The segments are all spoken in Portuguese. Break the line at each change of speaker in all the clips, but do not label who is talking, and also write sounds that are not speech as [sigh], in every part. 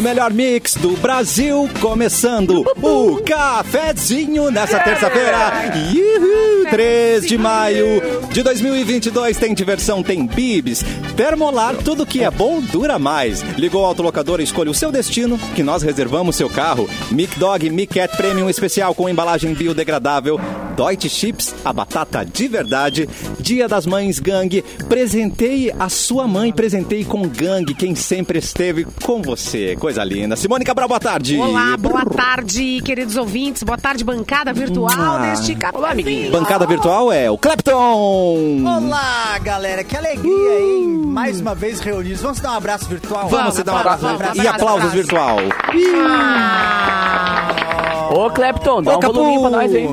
melhor mix do Brasil, começando o cafezinho nessa terça-feira. Iuhu, 3 de maio de 2022. Tem diversão, tem bibis, termolar, tudo que é bom dura mais. Ligou o autolocador e escolha o seu destino, que nós reservamos seu carro. Mic Dog Mic Cat Premium especial com embalagem biodegradável. Deutsche Chips, a batata de verdade. Dia das Mães Gang, presenteie a sua mãe, presenteie com Gang, quem sempre esteve com você. Coisa linda. Simone Cabral, boa tarde.
Olá, boa tarde, queridos ouvintes. Boa tarde, bancada virtual
Mua.
deste Olá, amiguinho.
Bancada virtual é o Clapton.
Olá, galera, que alegria, hein? Mais uma vez reunidos. Vamos dar um abraço virtual?
Vamos se dar um abraço
vamos,
e
abraço,
aplausos
abraço.
virtual.
Ô, Clepton, dá
Ô,
um
Capu!
voluminho pra nós aí.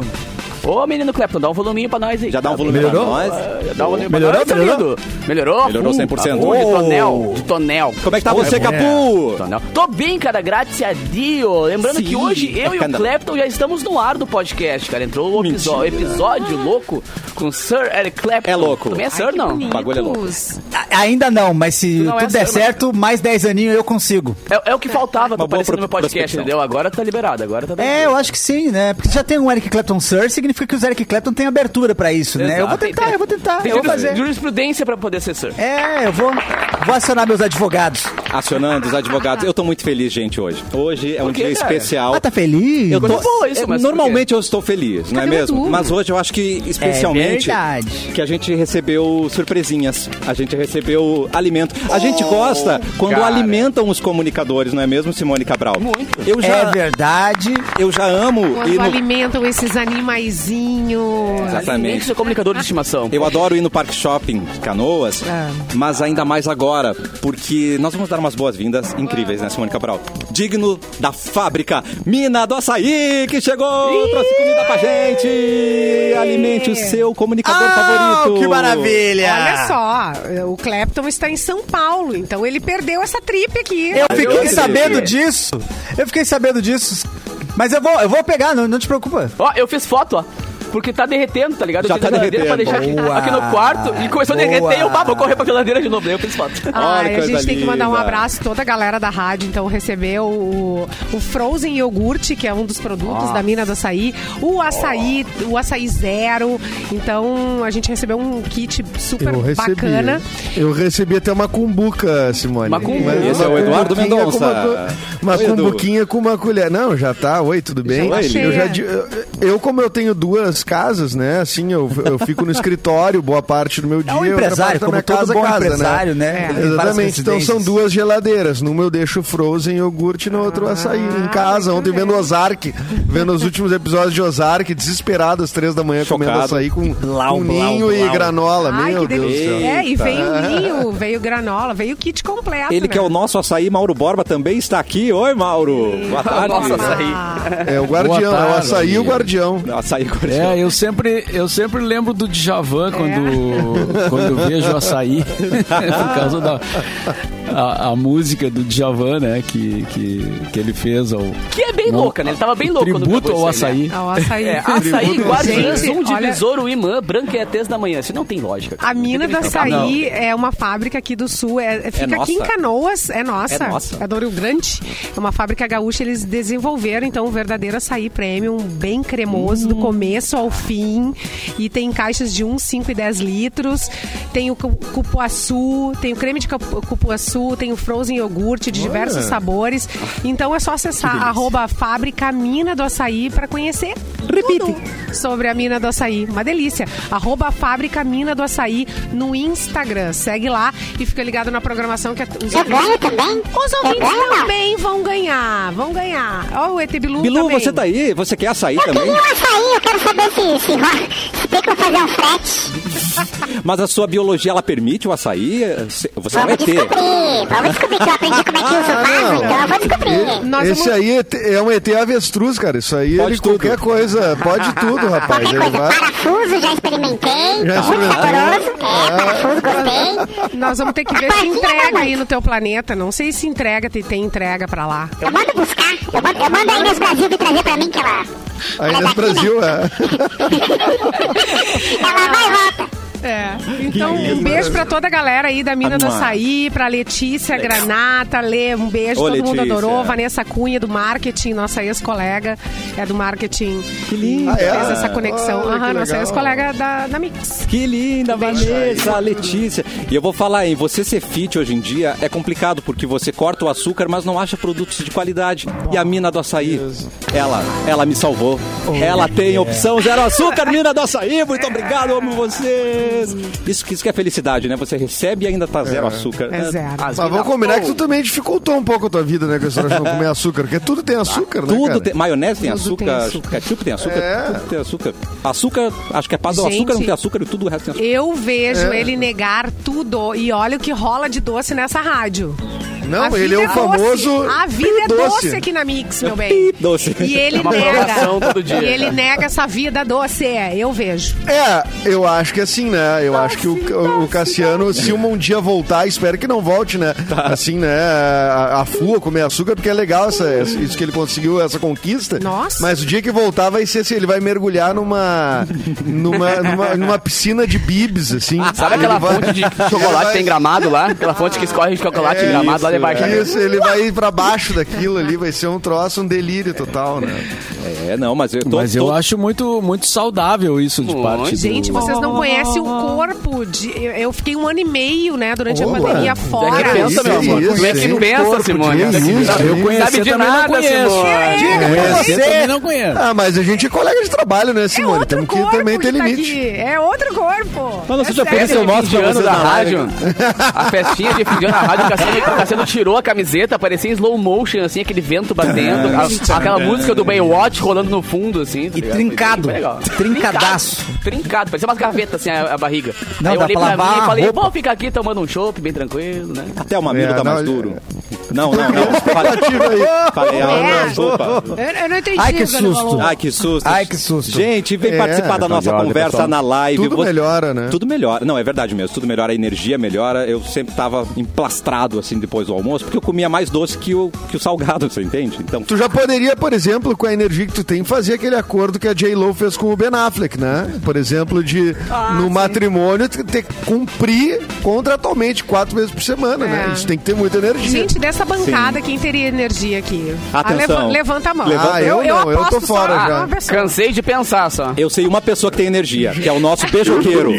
Ô, menino Clepton, dá um voluminho pra nós aí.
Já dá um volume
Melhorou?
pra nós.
Ah, Dá um voluminho pra
Melhorou,
nós, seu
melhorou?
lindo. Melhorou?
Melhorou 100%.
Pum, de
Ô.
tonel, de tonel.
Como é que tá
Ô,
você,
é.
Capu?
Tonel. Tô bem, cara, graças a Dio. Lembrando
Sim,
que hoje eu
é
e o
canal.
Clapton já estamos no ar do podcast, cara. Entrou o episódio, episódio louco com Sir Eric Clapton.
É louco.
Também é Sir,
Ai, que
não.
bonitos.
bagulho é louco.
A- Ah, Ainda não, mas se
Tu não é
tudo der
sério,
certo, mais 10 aninhos eu consigo.
É, é o que faltava pra
Uma boa
aparecer no meu podcast,
prospecção.
entendeu? Agora tá liberado, agora tá
É, eu acho que sim, né? Porque já tem um Eric Clapton Sir, significa que os Eric Clapton têm abertura pra isso, né? Eu vou
Exato.
tentar, eu vou tentar,
Tem
eu vou
juris-
fazer.
jurisprudência pra poder ser Sir.
É, eu vou, vou acionar meus advogados.
Acionando os advogados. Eu tô muito feliz, gente, hoje. Hoje é um
Por quê,
dia
cara?
especial.
Ah, tá feliz?
Eu tô,
Coisa boa isso,
eu-
mas por
normalmente eu estou feliz, não é
Cadê o
mesmo?
Edu?
Mas hoje eu acho que
É
especialmente
verdade.
que a gente recebeu surpresinhas, a gente recebeu alimento. A gente gosta quando
cara.
alimentam os comunicadores, não é mesmo, Simone Cabral?
Muito.
Eu
É
já,
verdade.
eu já amo
Quando
ir no,
alimentam esses animaizinhos.
Alimente
exatamente.
seu comunicador de estimação.
Eu adoro ir no Parque Shopping Canoas, mas ainda mais agora, porque nós vamos dar umas boas-vindas incríveis, né, Simone Cabral? Digno da fábrica Mina do Açaí, que chegou, trouxe comida pra gente! Alimente o seu comunicador
Ah,
favorito!
que maravilha!
Olha só, o Clapton está em São Paulo, então ele perdeu essa trip aqui.
Eu fiquei
Felipe.
é.
sabendo disso. Eu fiquei sabendo disso. Mas eu vou, eu vou pegar, não, não te preocupa.
Ó, eu fiz foto, ó. Porque tá derretendo, tá ligado?
Já
eu fiz
tá
a geladeira pra
derretendo.
deixar aqui,
Boa.
aqui no quarto e começou a
Boa.
derreter. Eu, bah, vou correr pra geladeira de novo. Daí eu fiz foto.
Olha
Ai,
que
a gente
coisa
tem que mandar um
linda.
abraço toda a galera da rádio. Então, recebeu o, o Frozen Iogurte, que é um dos produtos da Minas do Açaí. O açaí, o açaí zero. Então, a gente recebeu um kit super
Eu recebi.
bacana.
Eu recebi até uma cumbuca, Simone.
Macumbu.
Mas
Esse é o
uma
Eduardo
cumbuquinha
Mendonça.
com Uma, cu- uma
Oi, Edu.
cumbuquinha com uma colher. Não, já tá. Oi, tudo bem?
Já tá cheia.
eu já di- eu- eu, como eu tenho duas casas, né? Assim, eu, eu fico no escritório boa parte do meu dia.
É um
outra parte
empresário,
da
como
minha
todo
casa, é
bom
casa,
empresário, né?
É.
Ele tem várias
Exatamente, então são
coincidências.
duas geladeiras. Numa eu deixo Frozen iogurte, no
Ah,
outro açaí. Em casa,
muito
ontem
bem.
vendo Ozark, vendo os últimos episódios de Ozark, desesperado às três da manhã comendo
Chocado.
açaí com,
Blau,
com
blau,
ninho e
blau.
granola.
Ai,
Meu
que
Deus do
delícia.
céu.
É, e veio
[laughs]
ninho, veio granola, veio o kit completo.
Ele
né?
que é o nosso açaí, Mauro Borba, também está aqui. Oi, Mauro! Boa tarde!
Nossa,
Ah,
açaí.
É o guardião,
Boa
é o
tarde.
açaí e o guardião.
Açaí
É,
gordinho.
eu sempre, eu sempre lembro do
É.
Djavan quando, quando eu vejo
[laughs]
o açaí. [laughs] por causa da a, a música do Djavan, né? Que, que, que ele fez ao
Que é bem
Não.
louca, né? Ele tava bem louco quando
tributo
gravou
ao
isso aí,
açaí.
Ah, o açaí.
né? É, açaí,
Gente,
guardiãs, um
olha,
divisor, o imã, branca é a tez da manhã. Isso não tem lógica. cara.
A mina
Não tem
da
lógica.
Açaí é uma fábrica aqui do sul, é, é- fica aqui em
nossa.
Canoas, é nossa,
É nossa.
do Rio Grande. É uma fábrica gaúcha, eles desenvolveram então o verdadeiro açaí premium, bem cremoso, do começo ao fim. E tem caixas de 1, 5 e 10 litros. Tem o cu- cupuaçu, tem o creme de capu- cupuaçu, tem o frozen iogurte de diversos sabores. Então é só acessar arroba fábrica Mina do Açaí para conhecer Repite. sobre a Mina do Açaí. Uma delícia. Arroba fábrica Mina do Açaí no Instagram. Segue lá e fica ligado na programação que é- os
É
Eu ganho também?
os
Eu
ouvintes
ganho, não?
também vão ganhar, vão ganhar. Ó, o ET Bilu
Bilu,
também.
você tá aí? Você quer açaí também?
Queria um açaí, eu quero saber se, se, ro- se tem como fazer um frete.
Mas a sua biologia, ela permite o açaí?
Então
Você é um
Vamos
ET.
descobrir, vamos descobrir que eu aprendi como é que
Ah,
usa o vaso, então eu vou descobrir.
Nós
Esse
vamos-
aí é te- é um ET avestruz, cara. Isso aí,
Pode
ele
tudo.
qualquer coisa, pode tudo, rapaz.
Qualquer
Ele
coisa,
vai-
parafuso, já experimentei,
Já
muito
experimentou. Ah.
saboroso, é, parafuso, gostei.
Nós vamos ter que ver se
Rapaz,
é
entrega
mas-
aí no teu planeta. Não sei se entrega, tem, tem entrega pra lá.
Eu mando buscar, eu mando, eu mando a Inês Brasil vir trazer pra mim que ela,
Aí no Brasil é.
ela vai e volta.
É. Então, um
né?
beijo pra toda a galera aí da Mina do
Amar.
Açaí, pra Letícia Granata, Lê, um beijo,
Ô,
todo mundo
Letícia.
adorou. Vanessa Cunha, do marketing, nossa ex-colega, é do marketing. Que
linda.
Fez
Ah, é?
essa conexão.
Olha, que
Aham, nossa
legal.
ex-colega da, da Mix.
Que linda, Vanessa, a Letícia. E eu vou falar, hein? Você ser fit hoje em dia é complicado, porque você corta o açúcar, mas não acha produtos de qualidade. E a mina do açaí, ela, ela me salvou. ela tem opção zero açúcar, mina do açaí. Muito obrigado, amo vocês. Isso, que- isso que é felicidade, né? Você recebe e ainda tá zero açúcar.
É zero.
As
Mas
mina-
vamos combinar que
Oh,
tu também dificultou um pouco a tua vida, né? Com essa história de não comer açúcar. Porque tudo tem açúcar, né,
Tudo
cara?
tem, maionese tem
Tudo
açúcar,
tem açúcar.
ketchup tem açúcar,
É.
tudo tem açúcar. Açúcar, acho que é padrão,
Gente.
açúcar não tem açúcar e tudo o resto tem açúcar.
Eu vejo
É.
ele negar tudo e olha o que rola de doce nessa rádio.
Não,
A
ele
vida
é o famoso...
Doce. A vida é
doce. É
doce aqui na Mix, meu bem.
Doce.
E ele
É uma provação todo dia.
nega. E ele nega essa vida doce, é, eu vejo.
É, eu acho que assim, né? Eu acho que o, o Cassiano, se um, um dia voltar, espero que não volte, né?
Tá.
Assim, né? A, a fua comer açúcar, porque é legal essa- isso que ele conseguiu, essa conquista.
Nossa.
Mas o dia que voltar vai ser assim, ele vai mergulhar numa. numa, numa, numa piscina de bibs, assim.
Sabe aquela
[laughs] Ele vai-
fonte de
Ele
chocolate
vai-
que tem gramado lá? Aquela fonte que escorre de chocolate em
É
gramado lá
isso,
debaixo.
é Isso, ele vai pra baixo daquilo ali, vai ser um troço, um delírio total, né?
É, não, mas eu tô...
Mas eu
tô-
acho muito, muito saudável isso de
Muito.
parte do...
Gente, vocês não conhecem o corpo de. Eu, eu fiquei um ano e meio, né, durante a pandemia
Onde é
fora.
que pensa, meu amor?
Isso,
Como é
isso,
que pensa,
corpo,
Simone?
isso,
Sabe-
eu
Sabe
conhecer
de
também não
nada,
conheço.
Simone.
É,
Diga pra
Conhecer
você.
também não conheço.
Ah, mas a gente é colega de trabalho, né,
É
Simone?
outro
Temos que
corpo
também ter
que tá
limite.
aqui. É outro corpo.
Mas não
é
seja
sério.
Esse eu mostro pra
20 anos
vocês
da
na
rádio.
[laughs]
A festinha de fim de ano na rádio, tá o Cassiano, o Cassiano tirou a camiseta, parecia em slow motion, assim, aquele vento batendo, a- aquela música do Baywatch rolando no fundo, assim. tá
E
ligado?
trincado.
Foi bem legal.
Trincadaço.
Trincado, Trincado, parecia umas gavetas, assim, a, a barriga.
Não,
Aí eu
dá
olhei
pra
pra
lavar
mim
a
e falei,
roupa.
vamos ficar aqui tomando um chopp, bem tranquilo, né?
Até o mamilo
É,
tá
não,
mais
ele-
duro. Não, não, não. Falei, falei ah,
É.
não, desculpa.
Eu, eu não entendi.
Ai, que
agora,
susto.
Valon.
Ai, que susto.
Ai, que susto.
Gente, vem
É.
participar da nossa
olha,
conversa
pessoal.
na live.
Tudo
Vo-
melhora, né?
Tudo melhora. Não, é verdade mesmo. Tudo melhora, a energia melhora. Eu sempre tava emplastrado, assim, depois do almoço, porque eu comia mais doce que o, que o salgado, [laughs] você entende? Então,
Tu já poderia, por exemplo, com a energia que tu tem, fazer aquele acordo que a J-Lo fez com o Ben Affleck, né? Por exemplo, de
Ah,
no matrimônio tu ter que cumprir contratualmente quatro vezes por semana, né?
É.
Isso tem que ter muita energia.
Gente, dessa bancada, quem teria energia aqui? Ah,
Atenção.
leva- levanta a mão.
Levanta- Ah, eu não, eu tô
aposto só
fora
uma
já.
pessoa.
Cansei de pensar
[laughs]
só.
eu sei uma pessoa que tem energia, que é o nosso beijoqueiro.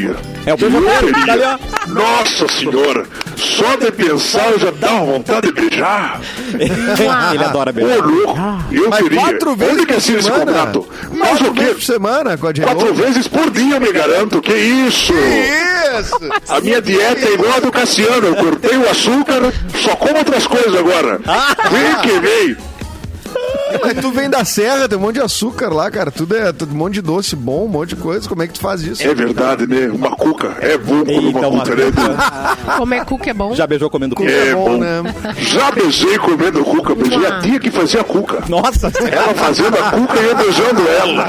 É o beijoqueiro. Tá ali, ó.
Nossa senhora, só de pensar já dá uma vontade de beijar.
Ele adora
Ô,
beijar.
louco, eu
Mas
queria.
quatro vezes
Onde que
por
assina esse
semana?
contrato? Mas
Quatro
o
vezes por
quê?
semana com a
Quatro
J-Lo?
vezes por dia, eu me garanto. Que isso?
Isso!
A minha dieta é igual a do Cassiano. Eu cortei o açúcar, só como outras coisas agora.
Ah.
Vem que vem.
Mas tu vem da serra, tem um monte de açúcar lá, cara. Tudo é tudo, um monte de doce bom, um monte de coisa. Como é que tu faz isso?
É verdade, né? Uma cuca. É bom quando
Eita,
uma
uma
cuca, né?
cuca.
Comer cuca é bom.
Já beijou comendo cu.
É
bom,
bom.
né?
Já beijei comendo cuca. Beijei a tia que fazia cuca.
Nossa,
Ela fazendo a cuca e eu beijando ela.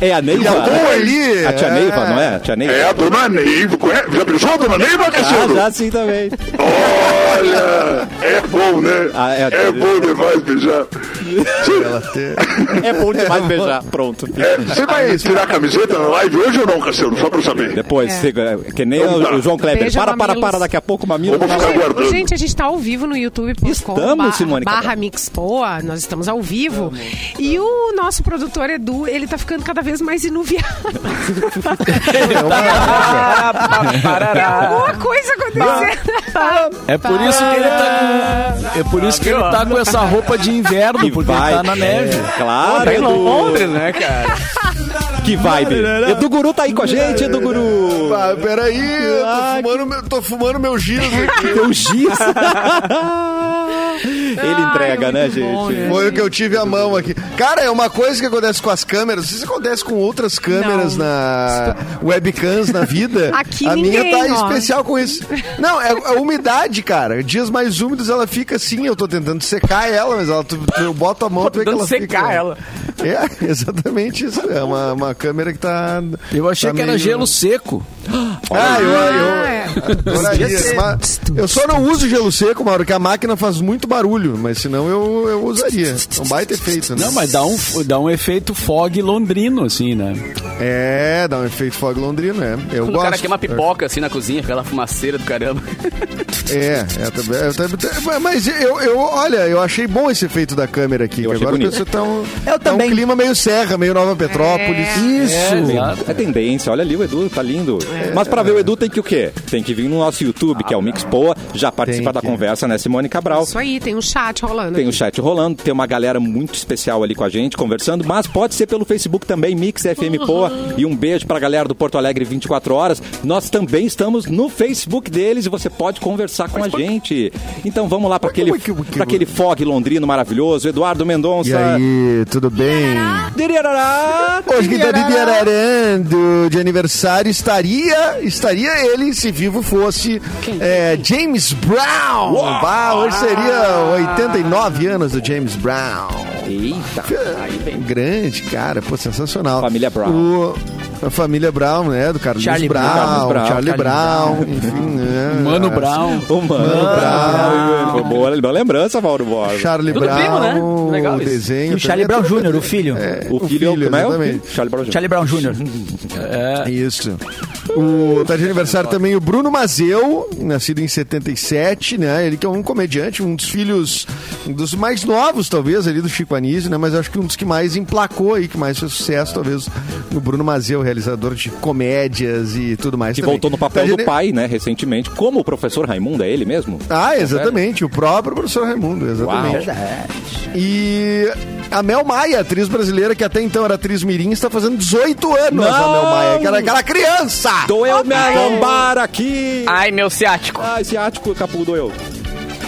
é a Neiva?
boa ali,
A tia
é.
Neiva, não é? A tia Neiva.
É a dona Neiva. conhece- Já beijou a dona Neiva,
Ah,
Cassiano?
já sim também.
Olha, é bom, né?
Ah, é.
é, bom demais beijar.
Ela tem-
É bom demais beijar. Pronto.
É, Você vai tirar a camiseta na live hoje ou não, Cassiano? Só pra eu saber.
Depois,
É.
siga- que nem o, o João Kleber.
Beijo,
para, para,
mamilos.
para, daqui a pouco o mamilo.
Vamos ficar aguardando.
Gente, a gente tá ao vivo no youtube.com
Estamos, Simone
barra,
Cabral.
Mixpoa, nós estamos ao vivo. E o nosso produtor Edu, ele tá ficando cada vez mais inuviado.
Tá
Alguma coisa acontecendo.
É por isso que ele tá com, é por isso que ele tá com essa roupa de inverno,
Que
porque ele
vai.
tá na neve. Tá
É, claro,
Bem Londres,
Edu.
né, cara?
Que vibe. Edu Guru tá aí com a gente, Edu Guru.
Ah, peraí, eu
Ah,
tô fumando, meu, tô fumando meu giz aqui.
[laughs]
Teu
[laughs]
giz. Ele entrega,
é
né,
muito bom,
gente?
Foi o que eu tive a mão aqui. Cara, é uma coisa que acontece com as câmeras. Isso acontece com outras câmeras
Não.
na webcams na vida.
[laughs] Aqui
a minha tá
ninguém, ó.
especial com isso. Não, é a umidade, cara. Dias mais úmidos ela fica assim. Eu tô tentando secar ela, mas ela, tu- tu- eu boto a mão, tu vê que
Dando
ela
secar
fica.
ela.
É, [laughs] exatamente isso. É uma, uma câmera que tá.
Eu achei
tá
que era
meio-
gelo seco.
Ah, eu,
Ah, é.
eu, adoraria, mas eu só não uso gelo seco, Mauro, que a máquina faz muito barulho, mas senão eu, eu usaria. Não vai ter feito, né?
Não, mas dá um, dá um efeito fog londrino, assim, né?
É, dá um efeito fog londrino, é. Eu
Quando o
gosto.
cara queima pipoca assim na cozinha, aquela fumaceira do caramba.
É, é, também- eu também- mas eu, eu, olha, eu achei bom esse efeito da câmera aqui. que
achei
agora
bonito.
você tá um,
Eu
tá um
também.
clima meio serra, meio Nova Petrópolis.
É, exato.
É tendência, olha ali o Edu, tá lindo.
É.
Mas pra ver o Edu tem que o quê? Tem que vir no nosso YouTube, que é o Mixpoa, já participar
Tem
da
que.
conversa, né, Simone Cabral?
Isso aí, tem um chat rolando.
Tem o chat rolando, tem uma galera muito especial ali com a gente conversando, mas pode ser pelo Facebook também, Mix FM Poa. E um beijo pra galera do Porto Alegre 24 horas. Nós também estamos no Facebook deles e você pode conversar com a gente. Então vamos lá para aquele,
Ui, ui, ui, ui.
pra aquele fog londrino maravilhoso, Eduardo
E
Mendonça.
aí, tudo bem?
Direrará.
Hoje que tá liderando de aniversário estaria, estaria ele se vivo fosse é, James Brown. Bah, hoje seria 89 anos do James Brown.
Eita, aí vem.
Grande, cara, pô, sensacional.
Família Brown.
O- a família Brown, né? Do Carlos
Charlie
Brown,
Brown. Carlos Brown.
Charlie Brown, enfim, né?
Ah,
Mano Brown.
O Mano Brown. Boa, boa lembrança, Mauro Borges.
Charlie
Tudo
Brown,
primo, né? Legal
o
isso.
desenho.
E o Charlie Brown
também é tudo-
Jr., o filho.
É,
O filho, como é o filho?
exatamente.
Charlie Brown Jr.
Charlie Brown Jr.
Isso. O, tá de aniversário também o Bruno Mazeu, nascido em 77, né? Ele que é um comediante, um dos filhos, um dos mais novos, talvez, ali do Chico Anísio, né? Mas acho que um dos que mais emplacou aí, que mais fez sucesso, talvez, o Bruno Mazeu, realizador de comédias e tudo mais.
Que
também.
voltou no
Tá
papel
de
do
ani-
pai, né, recentemente. Como o professor Raimundo, é ele mesmo?
Ah, exatamente. O próprio professor Raimundo, exatamente. E a Mel Maia, atriz brasileira, que até então era atriz mirim, está fazendo 18 anos a
Não!
Mel Maia, que era aquela criança!
Doeu minha lombar aqui!
Ai, meu ciático.
Ah, esse ático, Capu, doeu.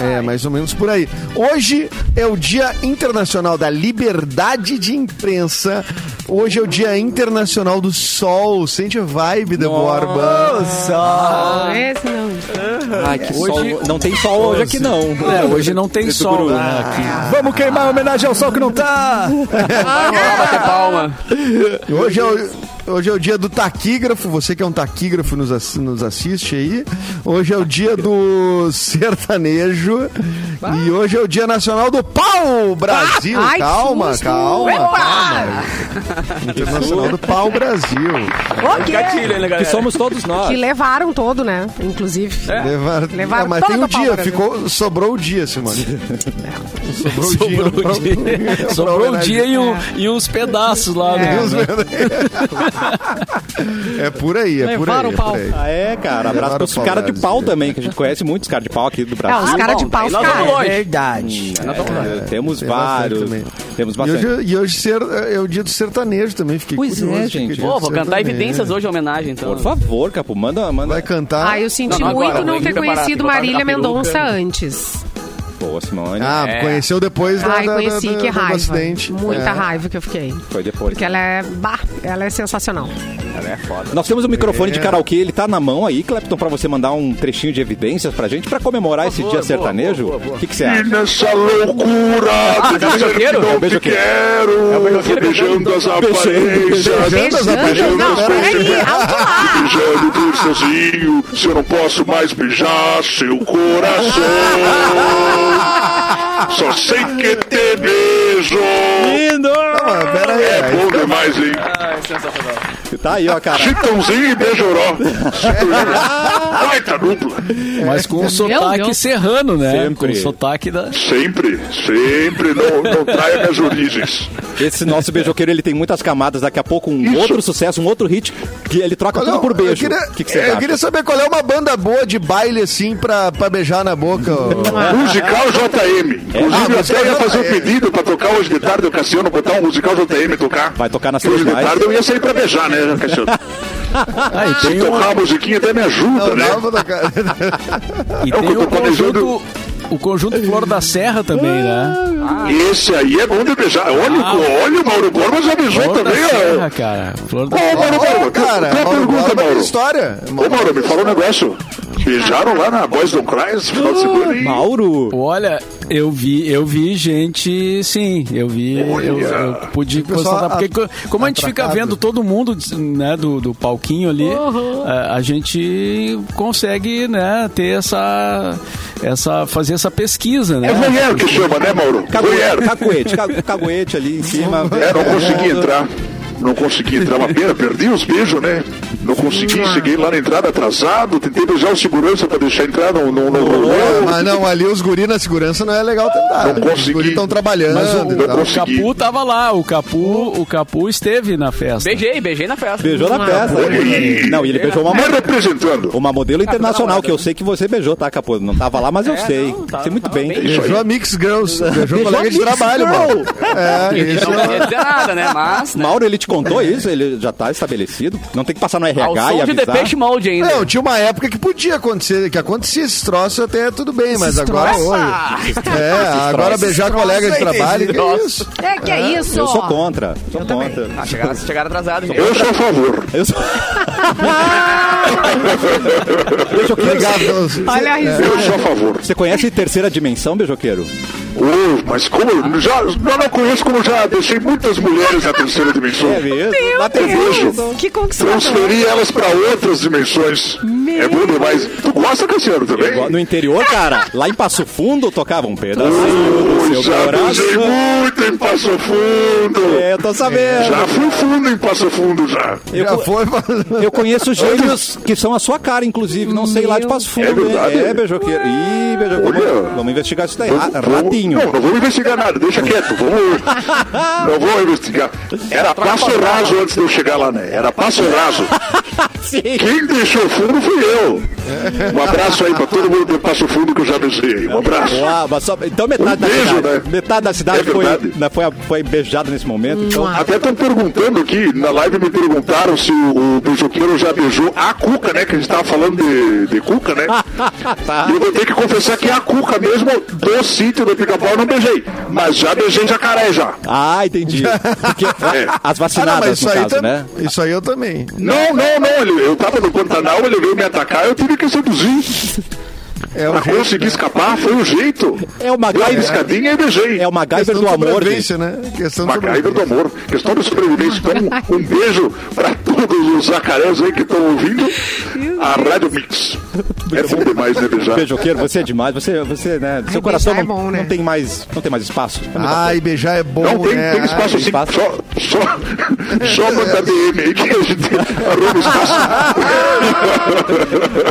É, mais ou menos por aí. Hoje é o Dia Internacional da Liberdade de Imprensa. Hoje é o Dia Internacional do Sol. Sente a vibe da Borba.
Não, Ah, esse não.
Ai, que sol. Não tem sol hoje aqui, não.
É, hoje não tem
Esse
sol
guru.
né, aqui.
Vamos queimar a homenagem ao sol que não tá.
Bater palma.
Hoje é o, hoje é o dia do taquígrafo. Você que é um taquígrafo nos, ass- nos assiste aí. Hoje é o dia do sertanejo. E hoje é o Dia Nacional do Pau Brasil.
Ai, que
calma,
susto.
calma,
Epa!
calma. Internacional do Pau Brasil.
Gatilho, hein, né,
Que
galera?
somos todos nós.
Que levaram todo, né? Inclusive.
Levar...
Levaram
Ah, mas
toda
tem
a
um
Copa
dia,
Brasil.
ficou, sobrou o dia, Simone. sobrou o dia.
Sobrou o
[laughs]
dia, sobrou o dia e, o- e os pedaços lá. né?
É por aí, é por aí.
Levaram
É
o pau.
por aí.
Ah, é, cara. Abraço
Levaram
pros
o pau
caras de
Brasil.
pau também, que a gente conhece muitos caras de pau aqui do
Ah,
Brasil.
os caras de pau
Aí nós vamos
ficaram.
longe.
Verdade.
É, temos
Tem
vários.
bastante
Temos
E
bastante.
hoje, e hoje ser, é o dia do sertanejo também. Fiquei
Pois é,
curioso,
gente.
fiquei
Pô, vou
dia do
cantar
sertanejo.
evidências hoje em homenagem, então.
Por favor, Capu, manda, manda.
Vai cantar.
Ah, eu senti
Não, não
muito
agora,
não
tem
ter
que preparar, tem
conhecido
que botar
Marília
na peruca.
Mendonça antes.
Boa, Simone.
Ah, conheceu depois da,
Ai,
da,
conheci,
da, da,
que
do
raiva.
acidente.
Muita
É.
raiva que eu fiquei.
Foi depois.
Porque ela é. Bah, ela é sensacional.
Nós temos um microfone
É.
de karaokê, ele tá na mão aí, Clepton, pra você mandar um trechinho de evidências pra gente, pra comemorar esse dia sertanejo. O que que você
E
acha?
nessa loucura do
É. tá
dizer que
beijoqueiro?
não
É o
te quero,
é
beijando as aparências,
Beijando,
beijando
não,
as
peraí, alto lá.
coisas, beijando por sozinho, se eu não posso mais beijar seu coração. Só sei que te beijo.
Não, mas pera aí.
É
aí.
bom demais, hein?
Tá aí, ó, cara.
Chitãozinho e Beijoró. Baita dupla.
Mas com o sotaque
Deus.
serrano, né?
Sempre.
Com o sotaque da.
Sempre, sempre, não, não traia minhas origens.
Esse nosso beijoqueiro, ele tem muitas camadas. Daqui a pouco, um outro sucesso, um outro hit, que ele troca
Não,
tudo por beijo.
é Eu queria,
O que, que você
eu
acha?
queria saber qual é uma banda boa de baile assim pra, pra beijar na boca. ó.
Musical JM. Inclusive,
Ah,
eu
musical
até ia
JM.
fazer um pedido pra tocar hoje de tarde, o Cassiano, botar um musical JM e tocar.
Vai tocar nas
Porque Hoje de
festivais.
tarde eu ia sair pra beijar, né, Cassiano?
Ah, e
Se
tem o,
tocar a musiquinha até me ajuda,
Não,
né? É
não, vou tocar.
e
o que
tem
eu
o
tô planejando.
conjunto. O conjunto Flor da Serra também, né?
Esse aí é bom de beijar. Olha, o- olha o Mauro Borba já beijou
Flor da
também, ó.
Serra, cara. Flor da
Ô, Mauro
Ô,
Borba,
cara,
cara, uma
Mauro
pergunta,
Borba é
Mauro.
história.
Ô, Mauro, me fala um negócio. Beijaram lá na Boys Don't Cry esse final de semana, hein?
Mauro!
Olha, eu vi, eu vi gente, sim, eu vi, eu,
Olha.
eu pude
pessoal
constatar, porque co- como a gente fica
atracado.
vendo todo mundo, né, do, do palquinho ali, a, a gente consegue, né, ter essa, essa, fazer essa pesquisa, né?
É voyeur que chama, né, Mauro? Voyeur.
Caguete, ca- caguete ali em cima.
É, não consegui entrar. Não consegui entrar, uma pena, perdi os beijos, né? Não consegui, cheguei lá na entrada atrasado, tentei beijar o segurança pra deixar entrar, não, não, não
É,
rolou.
mas não, ali os guri na segurança não é legal tentar.
Não
Os
consegui.
guri estão trabalhando.
Mas o-
e tal.
não
O Capu tava lá, o Capu, o Capu esteve na festa.
Beijei, beijei na festa.
Beijou na peça. Não, e ele beijou uma
Me
modelo.
representando.
Uma modelo
Tá
internacional, que eu sei que você beijou, tá, Capô? Não tava lá, mas eu sei.
É, não, tá,
sei muito
tava
bem.
bem.
Isso aí.
Beijou a Mix Girls. Beijou o colega de
Mix
trabalho,
Girl.
mano. É, isso.
Não quer dizer nada, né? Mas. Né?
Mauro, ele te contou isso? Ele já tá estabelecido? Não tem que passar no
Ao
RH e
som de
avisar?
Depeche Mode ainda.
Não, tinha uma época que podia acontecer, que acontecia esse troço até tudo bem, mas agora hoje. É, agora beijar colega de trabalho, que é isso?
É que é isso.
Eu sou contra. Sou contra.
Ah, chegaram, chegaram atrasados. gente.
Eu sou a favor.
Eu sou... [laughs] Beijoqueiro,
Obrigado.
Olha a
É, Eu
risada.
sou a favor.
você conhece Terceira Dimensão, Beijoqueiro?
Oh, mas como eu já, eu não conheço como já deixei muitas mulheres na terceira dimensão.
É mesmo?
Meu
Lá tem
Deus,
beijo.
que conquistador.
Transferi elas pra outras dimensões.
Meu
É bom demais. Tu gosta, Cassiano, também?
Igual- No interior, cara, lá em Passo Fundo tocava um pedacinho do
Eu
seu
já beijei
coração.
muito em Passo Fundo.
É, eu tô sabendo.
Já fui fundo em Passo Fundo, já.
Eu,
Já
co-
foi, mas- Ah,
eu conheço gêmeos que são a sua cara, inclusive, não sei lá de Passo Fundo.
É verdade?
né? É, beijoqueiro. Ih, beijoqueiro.
Olha.
Vamos, vamos investigar isso daí.
Vamos-
Ah,
vamos-
ratinho.
Não, não vou investigar nada, deixa quieto. Vamos, não vou investigar. Era passo raso antes de eu chegar lá, né? Era passo raso. Quem deixou fundo fui eu. Um abraço aí pra todo mundo do Passo Fundo que eu já beijei. Um abraço.
Uau, mas só- então metade da
Um beijo,
cidade,
né?
metade da cidade
É
foi,
verdade.
né, foi, a- foi beijada nesse momento. Então,
Até estão perguntando aqui, na live me perguntaram se o, o beijoqueiro já beijou a Cuca, né? Que a gente tava falando de, de Cuca,
[laughs]
né?
Tá.
E eu vou ter que confessar que a Cuca mesmo do sítio do pica-pau eu não beijei. Mas já beijei jacaré já.
ah, entendi.
[laughs]
Porque
É.
as
Ah, não, mas
vacinadas,
isso
no
aí,
tá-
caso,
também.
né?
isso aí eu também.
Não, não, não, ele- eu tava no Pantanal, ele veio me atacar, eu tive que seduzir.
É
Pra
o jeito.
conseguir escapar, foi o jeito.
É o
Dei a
MacGyver,
escadinha e beijei.
é o MacGyver
Questão
do
de
amor.
sobrevivência, né? Questão de
MacGyver do
sobrevivência.
amor. Questão de sobrevivência. Então, um beijo pra todos os jacarés aí que estão ouvindo a Rádio Mix. É bom demais, né, beijar?
Beijoqueiro, você é demais. Você, você né? Seu coração não,
beijar é bom, né? Ah,
não tem mais, não tem mais espaço. É muita
Ai, beijar é bom,
Não, Então, tem,
né?
tem espaço
Ai,
sim.
espaço.
Só, só, só manda DM aí que a gente arruma espaço.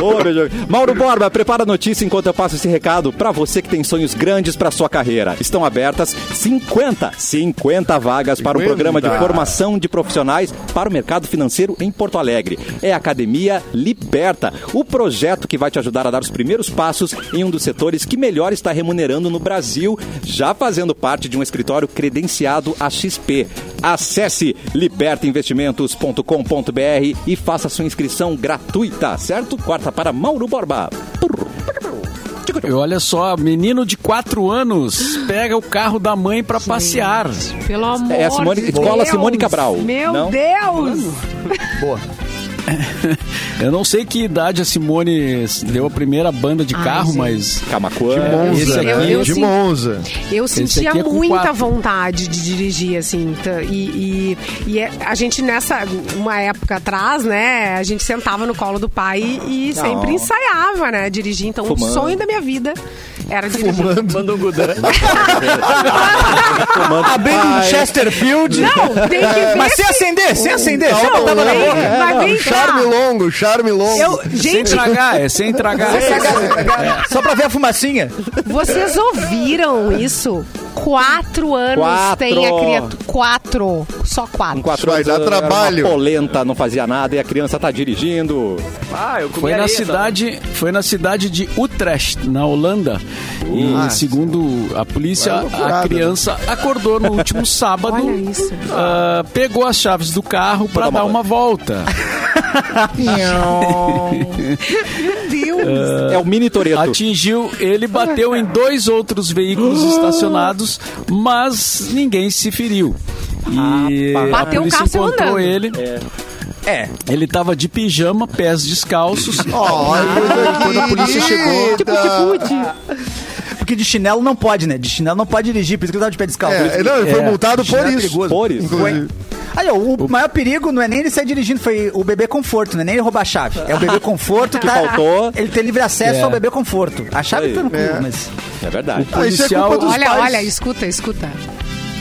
[laughs] Ô, beijo. Mauro Borba, prepara a notícia enquanto eu passo esse recado para você que tem sonhos grandes para sua carreira. Estão abertas 50, 50 vagas para o
50.
programa de formação de profissionais para o mercado financeiro em Porto Alegre. É a Academia Liberta, o projeto que vai te ajudar a dar os primeiros passos em um dos setores que melhor está remunerando no Brasil, já fazendo parte de um escritório credenciado a XP. Acesse libertainvestimentos.com.br e faça sua inscrição gratuita, certo? Quarta para Mauro Borba.
E olha só, menino de 4 anos pega o carro da mãe pra passear.
Pelo amor
É a Simone-
de
escola
Deus.
Simone Cabral,
Meu
não?
Deus.
Eu não sei que idade a Simone deu a primeira banda de
Ai,
carro,
gente.
mas
Camacuã.
Monza,
Esse
né?
aqui eu
de
sim-
Monza.
Eu sentia
aqui é com
muita
quatro.
vontade de dirigir, assim. t- E, e, e é- a gente, nessa uma época atrás, né? A gente sentava no colo do pai e, e
Ah.
sempre ensaiava, né? Dirigir. Então,
Fumando.
o sonho da minha vida era dirigir.
Manda um gudão.
Abrindo um Chesterfield. É,
Não, tem que ver.
[laughs] Mas se acender, se acender, se botar na
tem-
boca.
vai
É,
bem
o charme
entrar.
longo, charme longo.
Eu,
sem
gente,
tragar, é sem tragar. É.
Só pra ver a fumacinha.
Vocês ouviram isso? Quatro anos
Quatro.
tem a criatura. Quatro. Só quatro.
Com quatro
Vai
anos,
dar
era uma
trabalho.
polenta, não fazia nada e a criança tá dirigindo.
Ah, eu comi
Foi na
areia, sabe?
cidade, foi na cidade de Utrecht, na Holanda. E segundo a polícia, a
né?
criança acordou no
[laughs]
último sábado,
Olha isso.
ah, pegou as chaves do carro para dar uma
[laughs]
volta.
Meu Deus.
Ah,
É o mini Toreto.
Atingiu, ele bateu em dois outros veículos
Ah.
estacionados, mas ninguém se feriu. E
Bateu
a
o
polícia
carro e saiu
encontrou
andando.
ele.
É.
Ele tava de pijama, pés descalços.
Quando a polícia chegou.
Porque de chinelo não pode, né? De chinelo não pode dirigir, por isso que ele tava de pé descalço.
É, não, ele foi
É.
multado por
Chinelo é
isso.
perigoso.
Por isso.
Inclusive.
Aí, ó, o, maior perigo não é nem ele sair dirigindo, foi o bebê conforto, não é nem ele roubar a chave. É o bebê conforto que
faltou.
Ele ter livre acesso
É.
ao bebê conforto. A chave tá no cu, mas.
É verdade.
O
Ah, isso é
policial,
culpa dos
Olha,
pais.
olha, escuta, escuta.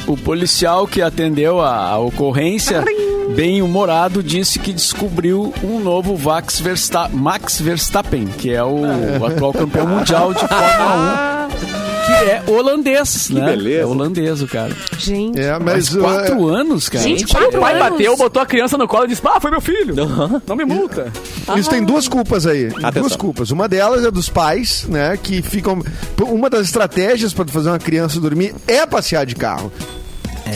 o policial que atendeu a, a ocorrência, bem humorado, disse que descobriu um novo Vax Versta- Max Verstappen, que é o, atual campeão mundial de Fórmula 1. Que é holandês, né?
beleza.
É holandês o cara.
Gente.
É,
Mas
mas. uh,
quatro anos, cara.
Gente,
O
quatro
pai
anos.
bateu, botou a criança no colo e disse: Ah, foi meu filho. Não me multa.
Isso tem duas culpas aí. Duas
Atenção.
culpas. Uma delas é dos pais, né? Que ficam. Uma das estratégias para fazer uma criança dormir é passear de carro.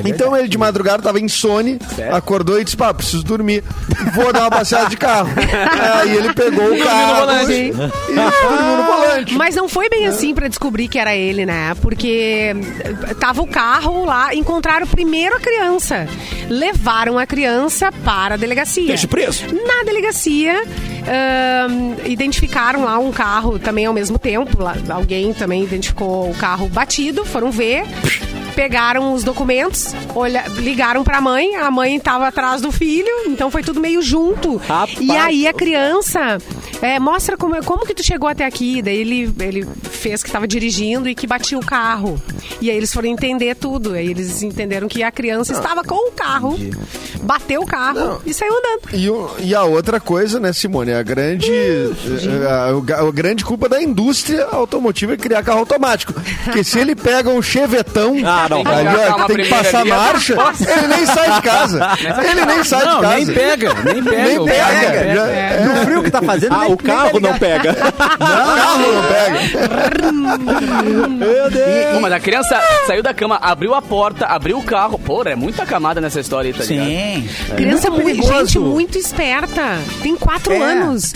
então ele de madrugada tava insone, acordou e disse: pá, preciso dormir, vou dar uma passeada de carro. Aí ele pegou o carro
volante.
e dormiu no volante.
Ah, Mas não foi bem assim pra descobrir que era ele, né? Porque eh, tava o carro lá, encontraram primeiro a criança. Levaram a criança para a delegacia.
Deixa preso.
Na delegacia, ahn, identificaram lá um carro também ao mesmo tempo. Lá, alguém também identificou o carro batido, foram ver. Pegaram os documentos, olha, ligaram pra mãe, a mãe tava atrás do filho, então foi tudo meio junto.
Rapaz.
E aí a criança é, mostra como, é- como que tu chegou até aqui. Daí ele, ele fez que tava dirigindo e que batia o carro. E aí eles foram entender tudo. Aí eles entenderam que a criança estava com o carro, bateu o carro e saiu andando.
E, o- e a outra coisa, né, Simone? A grande, eh, a, o ga- a grande culpa da indústria automotiva é criar carro automático. Porque se ele pega um chevetão,
Ah, não.
ali, ó,
Tem que uma
que tem que
primeira
passar
ali.
marcha, ele nem sai de casa. Ele nem sai
Não,
de casa.
nem pega, nem pega.
Nem
o
pega.
cara-
já- é,
No frio que tá fazendo.
Ah,
nem-
o
nem tá
carro não
ligado.
pega.
[laughs] o carro não pega.
Meu Deus.
Não, mas a criança saiu da cama, abriu a porta, abriu o carro. Pô, é muita camada nessa história aí, tá
É.
ligado?
Sim.
Criança
Muito
muito,
perigoso.
gente muito esperta. Tem quatro
É.
anos.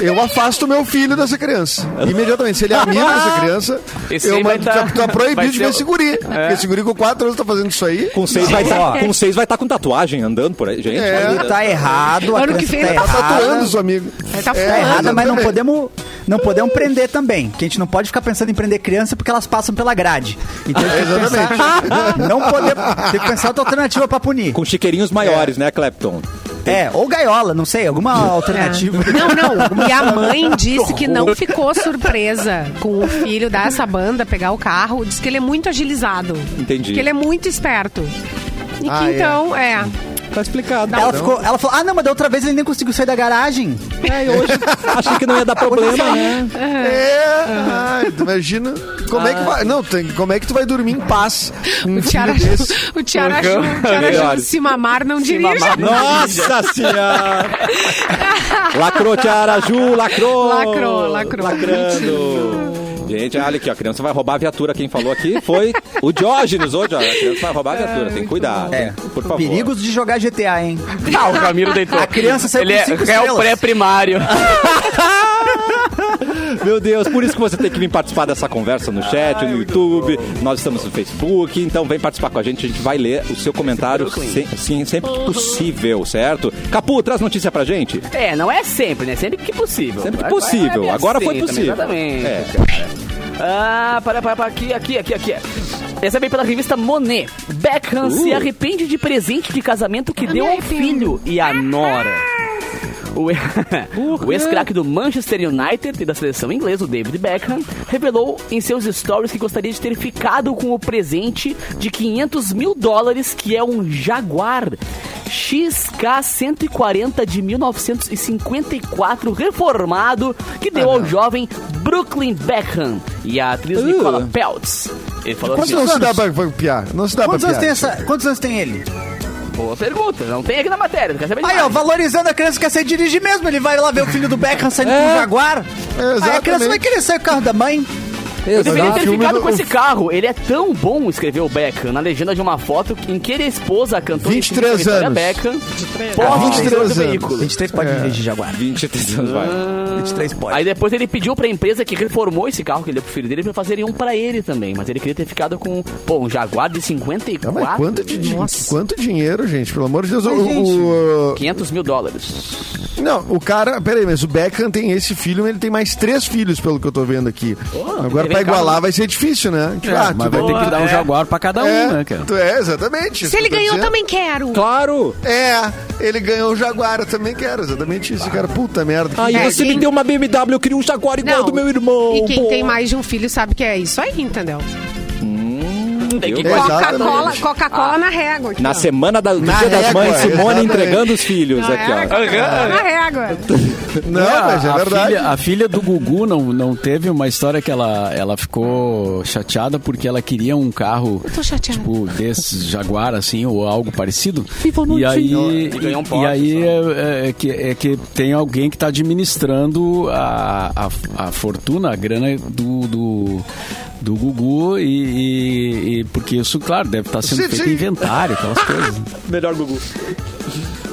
Eu afasto meu filho dessa criança. Imediatamente. Se ele é amigo dessa criança,
Esse
eu
aí vai
mando,
tá-
tá, tá
vai
proibido de
ser
ver
o-
esse guri. Porque esse guri com 4 anos tá fazendo isso aí.
Com seis vai tá, com seis vai estar com tatuagem andando por aí, gente.
É.
olha.
Tá errado, a
Ano que
criança
vem ele
tá
tá
Tá tatuando
errada.
os amigos. É,
Tá
Tá errada, mas não
exatamente.
podemos, não podemos prender também. Que a gente não pode ficar pensando em prender criança porque elas passam pela grade. Então tem que pensar, não podemos, tem que pensar outra alternativa pra punir.
Com chiqueirinhos maiores, né, Clapton?
É, ou gaiola, não sei, alguma alternativa.
Ah. Não, não. E a mãe disse que não ficou surpresa com o filho dessa banda pegar o carro. Diz que ele é muito agilizado.
Entendi.
Que ele é muito esperto. E
Ah,
que
é.
então, é.
Tá explicado.
Ela, ficou, ela falou, ah, não, mas da outra vez ele nem conseguiu sair da garagem.
É, e hoje achei que não ia dar problema, né?
É, ai, tu imagina. Como é que vai? Não, tem, como é que tu vai dormir em paz? com Um
O Tiara, [laughs]
filho desse?
o Tiara achou, o Tiara achou que se mamar não dirige.
Nossa senhora! lacrou, Tiaraju, lacrou!
Lacrou, lacrou.
Lacrando. Gente, olha aqui, ó, a criança vai roubar a viatura. Quem falou aqui foi o Diógenes. Ô, Diógenes, a criança vai roubar a viatura, tem que cuidar. tem- por favor.
Perigos de jogar GTA, hein?
Ah, o Camilo deitou. A
criança saiu
Ele
com
é
cinco
réu
estrelas.
pré-primário.
Meu Deus, por isso que você tem que vir participar dessa conversa no chat, no YouTube. Nós estamos no Facebook, então vem participar com a gente. A gente vai ler o seu comentário se- sim, sempre que possível, certo? Capu, traz notícia pra gente.
É, não é sempre, né? Sempre que possível.
Sempre que
Agora é
possível.
bem
Agora foi
também,
possível.
Exatamente.
É.
Ah, para, para, para, aqui, aqui, aqui, aqui. Essa vem pela revista Monet. Beckham
Uh.
se arrepende de presente de casamento que deu ao filho e à nora. O, e- [laughs] o ex-craque do Manchester United e da seleção inglesa, o David Beckham, revelou em seus stories que gostaria de ter ficado com o presente de 500 mil dólares, que é um Jaguar XK140 de 1954, reformado, que
Ah,
deu ao jovem Brooklyn Beckham e à
Uh.
atriz Nicola Peltz. Ele falou
Quantos
assim,
não se dá pra, pra piar? Não se dá
Quantos
pra
anos,
piar.
tem essa, quantos anos tem ele?
boa pergunta, não tem aqui na matéria, não quer saber de
Aí, ó,
nada.
valorizando a criança que quer sair dirigir mesmo. Ele vai lá ver o filho do Beckham saindo com o Jaguar. Aí é a
exatamente.
criança vai querer sair com o carro da mãe.
Eu deveria ter
Filme
ficado
do-
com
[laughs]
esse carro. Ele é tão bom, escreveu Beckham na legenda de uma foto em que ele expôs a cantora
23
Victoria
anos.
Beckham.
Ah,
Pode
23
do
anos.
veículo.
23 pode dirigir Jaguar.
23 anos, vai.
23 pode.
Aí depois ele pediu pra empresa que reformou esse carro que ele deu pro filho dele pra fazerem um pra ele também. Mas ele queria ter ficado com, pô, um Jaguar de
Ah,
54.
mas quanto, de- de-
Nossa.
quanto dinheiro, gente? Pelo amor de Deus. o,
gente.
o-
500 mil dólares.
não, o cara. Peraí, mas o Beckham tem esse filho, mas ele tem mais três filhos, pelo que eu tô vendo aqui.
ele
Agora, pra
é caro,
igualar,
né?
vai ser difícil, né? Tipo, ah,
mas
tu-
vai ter que dar um
é.
jaguar pra cada um, né,
é,
cara?
tu é, exatamente.
Se
isso que
ele
eu tô
ganhou, tá
dizendo.
também quero.
Claro!
É, ele ganhou o Jaguar, eu também quero, exatamente isso. Cara, puta merda. que
Aí
merda.
você me deu uma BMW, eu queria um Jaguar igual
É, Não.
do meu irmão.
E quem
pô.
tem mais de um filho sabe que é isso aí, entendeu?
Tem que
É,
guardar
Coca-Cola
exatamente.
coca na régua. tipo, aqui,
Na
ó.
semana da, do
Na
Dia das
régua,
Mães, Simone
exatamente.
entregando os filhos
Não,
aqui,
era
ó.
Coca-Cola na régua.
Não,
a-
mas é
Ah, a
verdade.
Filha, a filha do Gugu não, não teve uma história que ela, ela ficou chateada porque ela queria um carro
Eu tô chateada.
tipo desses Jaguar, assim, ou algo parecido. E aí,
E ganhou um
e,
Porsche,
aí é, é que, é que tem alguém que está administrando a, a, a fortuna, a grana do. do do Gugu e, e- e- porque isso, claro, deve estar sendo
Sim,
feito
sim.
inventário, aquelas coisas.
Melhor Gugu.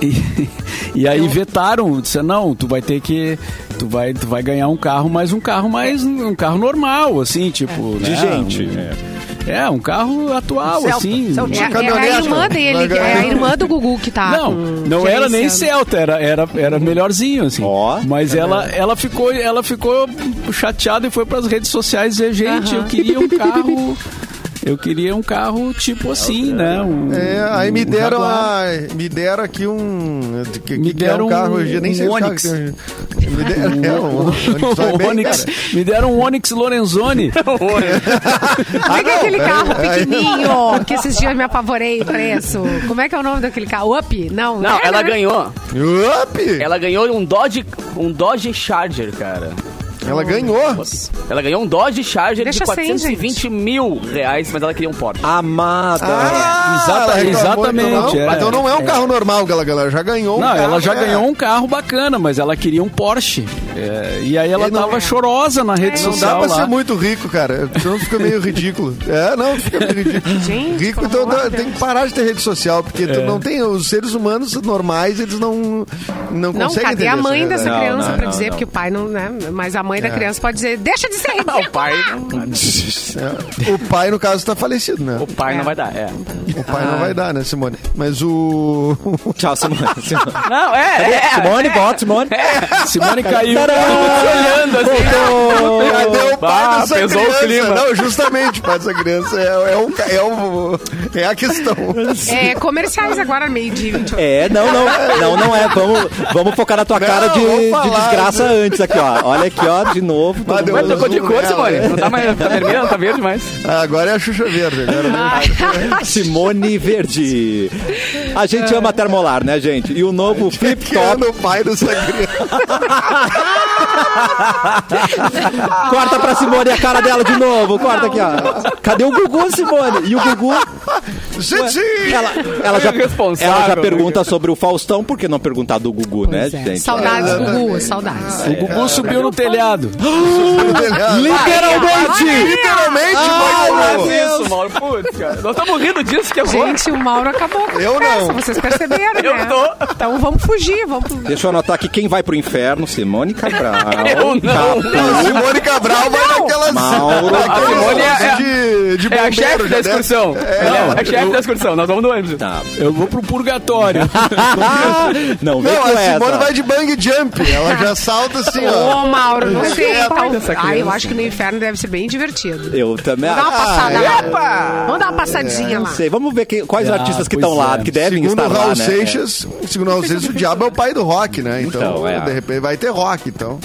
E, e
Então-
aí vetaram, disseram, não, tu vai ter que. Tu vai, tu vai ganhar um carro, mas um carro mais. um carro normal, assim, tipo.
É. De
né?
gente,
Um- é. um carro atual,
Celta,
assim.
Celta.
É, é a
caminhonete,
irmã
vai
dele,
ganhar.
é a irmã do Gugu que
Ah,
tá.
Não,
com-
não era nem
gerenciando.
Celta, era, era, era melhorzinho, assim.
tá
Ó.
Mas ela, ela, ficou, ela ficou chateada e foi pras redes sociais dizer, gente, eu
Aham.
queria um carro. Eu queria um carro tipo assim, né? Um,
É, aí me
um
deram,
Jaguar.
a, me deram aqui um. Que, que-
Me
que é
deram
um carro, eu já nem
um
sei o carro
Onix.
que tem. Me deram é, um
[laughs]
Onix. vai bem,
Um Onix.
cara. um
Me deram um
[laughs]
Onix Lorenzoni.
Ah,
Como é que é aquele carro
é, é.
pequenininho que esses dias me apavorei o preço? Como é que é o nome daquele carro? Up? Não.
[laughs] Não,
É,
ela
né?
ganhou.
Up! Ela,
Ela ganhou um Dodge, um Dodge Charger, cara.
ganhou.
Ela ganhou um Dodge Charger
Deixa
de
sem,
420 mil reais, mas ela queria um Porsche.
Amada.
exata-
Ah, ela reclamou,
exatamente,
Então não,
é.
então não é um carro normal, galera. Ela já ganhou um
Não,
carro.
ela já
é.
ganhou um carro bacana, mas ela queria um Porsche. É, e aí ela
E não-
tava chorosa na rede
Não dá
social
pra
lá.
ser muito rico, cara. Senão fica meio ridículo.
[laughs]
É, não, fica meio ridículo.
Gente,
rico,
pelo
então
amor de
dá- tem que parar de ter rede social, porque
É.
tu não tem. Os seres humanos normais, eles não,
Não,
não, conseguem
cadê
entender
a
essa
mãe
realidade.
dessa
Não,
criança
não,
pra
não,
dizer?
não.
Porque o pai não, né? Mas a mãe da criança pode dizer, deixa de ser
o pai,
[laughs]
É, O pai, no caso, tá falecido, né?
o pai não vai dar, é.
O pai não vai dar, né, Simone? Mas o. [laughs]
Tchau, Tá, Simone. Simone,
Não, é, é.
Simone volta, Simone.
Simone caiu.
Tá olhando assim.
Cadê o pai
Bah,
dessa
pesou o
criança?
clima.
Não, justamente, o pai dessa criança é, é, um, é, um, é a questão.
É, comerciais agora, meio dia. 28.
É, não, não, não, não é. Vamos, vamos focar na tua cara de,
vou
de
falar,
desgraça antes aqui, ó. Olha aqui, ó, de novo. todo
Mas
[laughs]
deu-
Mas
mundo-
trocou de cor,
Ela,
Simone.
é.
Não tá mais, tá vermelho, não tá verde mais.
Agora é a Xuxa Verde. Agora
[laughs]
tá não.
Ah.
Simone Verde. A gente ama termolar, né, gente? E o novo flip
Que
top.
ano né, o pai dessa criança.
Corta pra Simone a cara dela de novo. Corta aqui, ó. Cadê o Gugu, Simone? E o Gugu,
Gente!
ela, ela já,
Irresponsável,
ela já
né,
pergunta sobre o Faustão, por que não perguntar do Gugu, né,
Pois é.
gente?
[laughs] Saudades, Gugu, saudades.
O
É,
Gugu
né?
subiu no telhado.
Literalmente!
Literalmente, pai do
meu
Gugu.
Deus.
tá Isso, Mauro, putz, cara. Nós estamos rindo disso, que é bom.
Gente, o Mauro acabou com a
Eu
conversa,
não.
vocês perceberam,
Eu
né?
tô. é
Então vamos fugir, vamos...
Deixa eu anotar aqui quem vai pro inferno, Simone Cabral.
[laughs]
Eu não.
Não, é Simone Cabral vai naquelas.
Mauro.
naquelas
A Simone é-
de, de
É a
bombeiro,
chefe
já
da
desce.
excursão. Ela É a chefe da excursão. Nós vamos no ônibus.
Tá.
Eu vou pro purgatório.
Não, vem
Não,
com
a Simone
essa.
vai de bang jump. Ela já salta assim, ó.
Ô, Mauro, não sei.
É,
Tal...
dessa
Ah, eu
criança.
acho que no inferno deve ser bem divertido.
Eu também.
Vamos dar uma passada
é.
lá. Vamos dar uma passadinha lá.
Não sei, vamos ver quem- quais
Ah,
artistas que
pois
estão lá,
é.
que devem
Segundo
estar
o Um Raul
lá, né?
Seixas, um segundo o Raul Seixas, o diabo é o pai do rock, né? Então,
Então, é.
de repente, vai ter rock, então.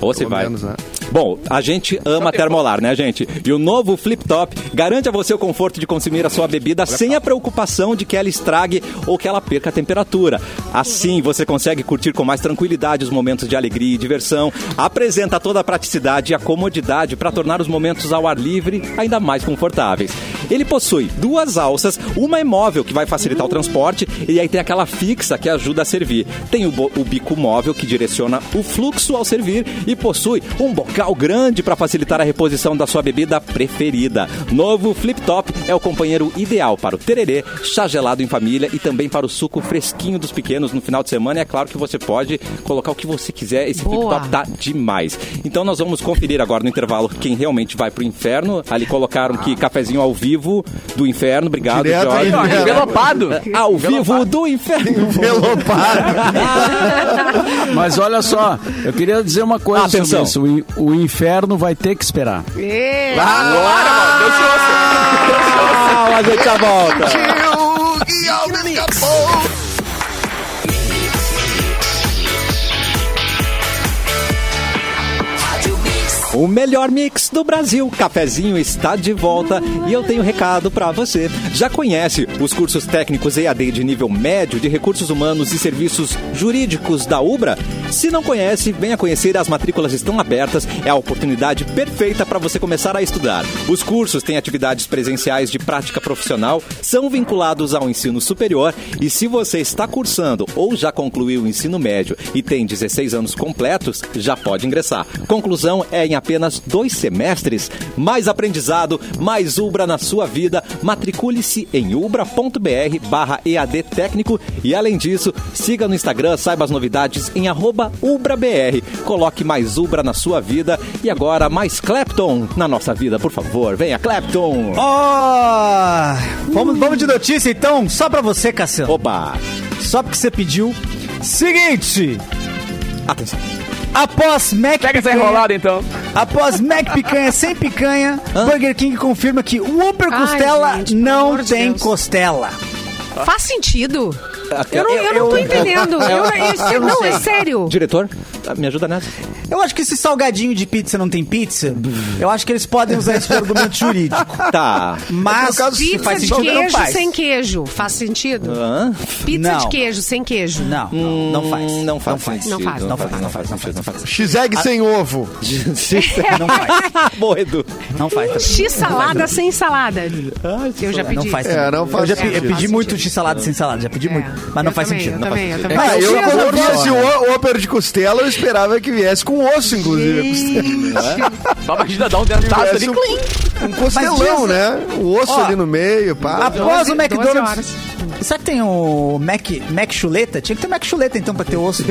Ou se
Pelo
vai.
menos, né?
Bom, a gente ama termolar, né, gente? E o novo Flip Top garante a você o conforto de consumir a sua bebida sem a preocupação de que ela estrague ou que ela perca a temperatura. Assim, você consegue curtir com mais tranquilidade os momentos de alegria e diversão. Apresenta toda a praticidade e a comodidade para tornar os momentos ao ar livre ainda mais confortáveis. Ele possui duas alças, uma é móvel que vai facilitar o transporte e aí tem aquela fixa que ajuda a servir. Tem o, bo- o bico móvel que direciona o fluxo ao servir e possui um bocado bocal grande para facilitar a reposição da sua bebida preferida. Novo Flip Top é o companheiro ideal para o tererê, chá gelado em família e também para o suco fresquinho dos pequenos no final de semana. E é claro que você pode colocar o que você quiser. Esse Flip
Boa.
Top tá demais. Então nós vamos conferir agora no intervalo quem realmente vai pro inferno. Ali colocaram que cafezinho ao vivo do inferno. Obrigado,
Direto
Jorge.
ao inferno.
Envelopado.
[laughs] Ao vivo do inferno.
[laughs] Envelopado.
Mas olha só, eu queria dizer uma coisa
Atenção.
sobre isso. O, in- o inferno vai ter que esperar.
Ê,
Agora, mano, Deus te ouça. Deus te ouça.
Ah, a gente já volta. O melhor mix do Brasil, Cafezinho está de volta e eu tenho um recado para você. Já conhece os cursos técnicos EAD de nível médio de recursos humanos e serviços jurídicos da Ubra? Se não conhece, venha conhecer, as matrículas estão abertas, é a oportunidade perfeita para você começar a estudar. Os cursos têm atividades presenciais de prática profissional, são vinculados ao ensino superior e se você está cursando ou já concluiu o ensino médio e tem 16 anos completos, já pode ingressar. Conclusão é em apenas dois semestres. Mais aprendizado, mais Ubra na sua vida. Matricule-se em ubra.br barra EAD técnico e além disso, siga no Instagram, saiba as novidades em arroba UbraBR. Coloque mais Ubra na sua vida e agora mais Clapton na nossa vida, por favor. Venha, Clapton!
Ó, vamos, vamos de notícia então, só pra você, Cassiano.
Opa!
Só porque você pediu. Seguinte,
Atenção!
após Mac
Pega essa
Picanha-
enrolada, então.
Após Mac Picanha sem picanha, Burger King confirma que Whopper
Ai,
Costela
gente, pelo
não
amor de
tem
Deus.
costela.
Faz sentido. Eu não, eu não tô entendendo. Eu, eu-
eu não
não, é
sei.
sério.
Diretor, Ah, me ajuda nessa.
Eu acho que esse salgadinho de pizza não tem pizza, eu acho que eles podem usar esse argumento jurídico.
Tá.
Mas
caso, se
se
Pizza
faz
de
sentido, não
queijo
faz.
sem queijo. Faz sentido?
Hã?
Pizza de
Não.
queijo sem queijo.
Não, não, não faz.
Hum, Não faz.
faz.
sentido,
Não faz,
não faz,
[laughs]
não faz, não faz, não faz.
X-Egg sem ovo.
Não faz.
Boa, Edu.
Não faz. tá
X salada sem salada. Eu já pedi.
Não faz.
É, não faz
eu já pe- eu
sentido.
pedi
Faz
muito x-salada sem salada, já pedi
É,
muito. Mas não
eu
faz
também,
sentido.
Eu
não
também,
faz
eu
É
também.
Ah, eu
Sim,
quando
eu
fosse o ópera de costela, eu esperava que viesse com osso, inclusive.
Só imagina dar um dentaço ali.
Viesse um,
clim.
um costelão,
diz-
né? O osso
Ó,
ali no meio, pá.
Após o
12
McDonald's.
horas.
Será que tem o Mac, Mac chuleta? Tinha que ter Mac chuleta então pra
[laughs]
ter osso.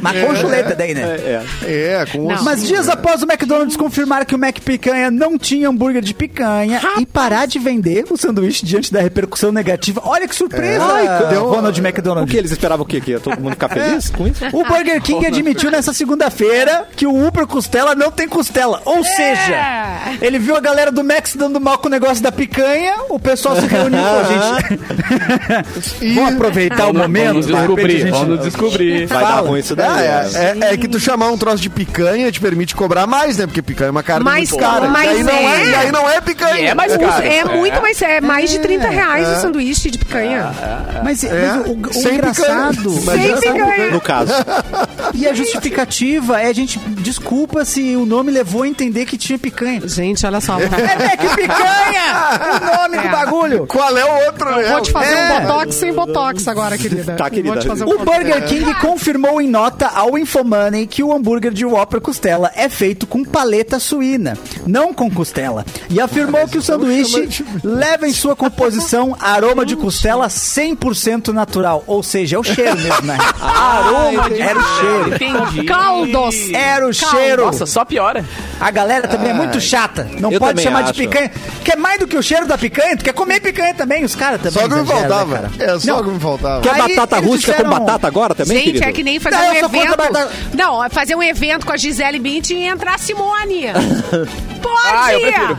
Mas com chuleta daí, né?
É, com
Não.
osso.
Mas dias após o McDonald's confirmar que o Mac Picanha não tinha hambúrguer de picanha e parar de vender o sanduíche diante da repercussão negativa. Olha que surpresa,
É.
Ai, deu-
Ronald
O
McDonald.
que eles esperavam o quê? Que ia todo mundo ficar feliz com isso?
O Burger King admitiu nessa segunda-feira que o Upper Costela não tem costela. Ou seja, ele viu a galera do Max dando mal com o negócio da picanha, o pessoal se reuniu
[laughs]
com a gente. Vamos
É
aproveitar o momento.
Tá, Vamos
de repente a
descobrir,
gente-
vamos descobrir.
Vai dar ruim isso daí.
É,
né?
é, é, é que tu chamar um troço de picanha te permite cobrar mais, né? Porque picanha é uma carne
Mais
muito cara.
mas
e aí, não é,
é.
e aí não é picanha.
É mais
Puxa,
caro.
É muito mais, é mais de 30 reais
É.
o sanduíche de picanha.
Mas, mas o, o
É. Sem
engraçado.
picanha.
Sem picanha.
No caso.
E a justificativa é a gente desculpa se o nome levou a entender que tinha picanha.
Gente, olha só. vou-
[laughs] É Mac [laughs] Picanha! O nome do
É.
bagulho.
Qual é o outro, né?
Vou te fazer
É.
um botox sem botox agora, querida.
Tá, querida.
Vou te fazer um
O
botox.
Burger King confirmou em nota ao Infomoney que o hambúrguer de Whopper Costela é feito com paleta suína, não com costela. E afirmou que o sanduíche leva em sua composição aroma de costela 100% natural. Ou seja, é o cheiro mesmo, né? aroma de Era o cheiro.
Entendi.
Caldos.
Era o cheiro.
Nossa, só piora.
A galera também é muito chata. Não
eu
pode
também
chamar
acho.
de picanha. Quer mais do que o cheiro da picanha? Tu quer comer picanha também? Os caras também.
É, Só que me
exageram, né,
faltava.
cara?
É só que me faltava.
Quer
Aí
batata
eles
rústica com
disseram-
batata agora
Tá
também,
Gente,
querido?
é que nem fazer
Não,
um
eu sou
evento.
contra batata-
Não, é fazer um evento com a Gisele Bündchen e entrar a Simone. [laughs] Pode!
Ah, eu prefiro.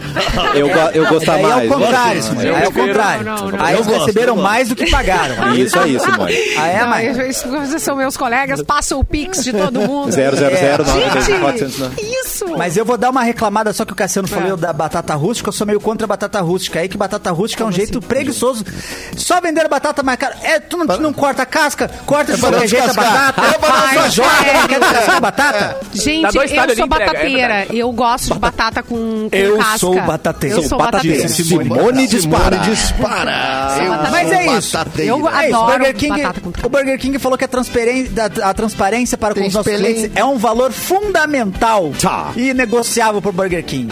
Eu, go- eu gostava
Daí é
Tá mais.
o contrário,
Gosto,
Simone. Aí é o
prefiro-
contrário.
Não, não,
Aí
não.
eles
Eu gosto,
receberam
eu
mais do que pagaram.
Simone. Isso [laughs] aí, Simone.
Aí é
Não,
mais.
isso- isso são meus colegas, passam o pix de
[laughs]
todo mundo.
000
Gente, isso!
Mas eu vou dar uma reclamada só que o Cassiano falou
É.
da batata rústica, eu sou meio contra a batata rústica. Aí que batata rústica é um jeito
assim?
preguiçoso. Só vender batata mais cara. É, tu não, tu não corta a casca, corta de
pra
qualquer
não
jeito a
descascar.
batata.
É pra não
Rapaz,
descascar.
joga, quer descascar a batata?
Gente,
Dá dois
eu
talhos
sou
ali, entrega, é
batateira. eu gosto de batata com, com
Eu
casca.
sou batateira.
Eu
Sou
sou batateira.
Simone, Simone dispara.
dispara. Eu
batata-
Mas
sou
é isso.
batateira.
Eu-
É isso,
Adoro
Burger King,
batata com
o Burger King falou que a, transperen- da- a transparência para com os nossos
Transparência.
clientes é um valor fundamental.
Tá.
e negociava pro Burger King.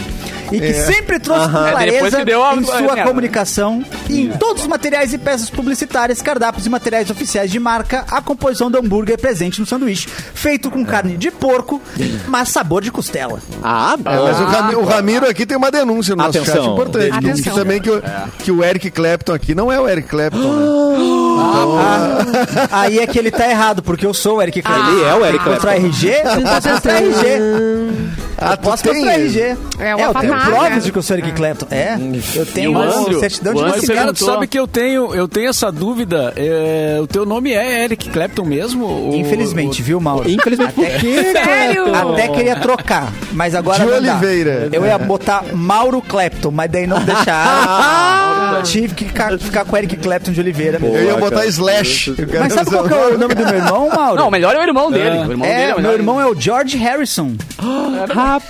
E que sempre trouxe
É, depois
clareza
que deu a-
em sua
né?
comunicação e em todos os materiais e peças publicitárias, cardápios e materiais oficiais de marca, a composição do hambúrguer é presente no sanduíche, feito com carne de porco, mas sabor de costela.
Ah, bom.
É, mas o, Rami- o Ramiro aqui tem uma denúncia no nosso
Atenção. É.
chat importante. Diz que
Atenção.
também que o, que o Eric Clapton aqui não é o
[gasps]
Eric Clapton. né?
Aí é que ele tá errado, porque eu sou o Eric Clapton.
Ele é o Eric Clapton.
Contra RG? Eu posso contra RG.
Ah, tu
Posso contra RG.
É, o
eu tenho
Afamar, né?
provas de que eu sou Eric Clapton. É, eu tenho
o Andrew?
certidão
O
de
Andrew
Mas,
nascimento.
cara, tu
perguntou.
sabe que eu tenho, eu tenho essa dúvida. é, o teu nome é Eric Clapton mesmo? Ou-
Infelizmente, viu, Mauro? É
Infelizmente, por quê?
Sério?
Até queria trocar, mas agora
De
não dá.
Oliveira.
Eu ia botar Mauro Clapton, mas daí não deixaram. Tive que ca- ficar com Eric Clapton de Oliveira mesmo.
Eu ia
Boa,
botar
cara.
Slash. Eu quero
Mas sabe
usar
qual que é
[laughs]
o nome do meu irmão, Mauro?
Não, o melhor é o irmão dele. O irmão dele
é, meu
o melhor.
irmão é o George Harrison.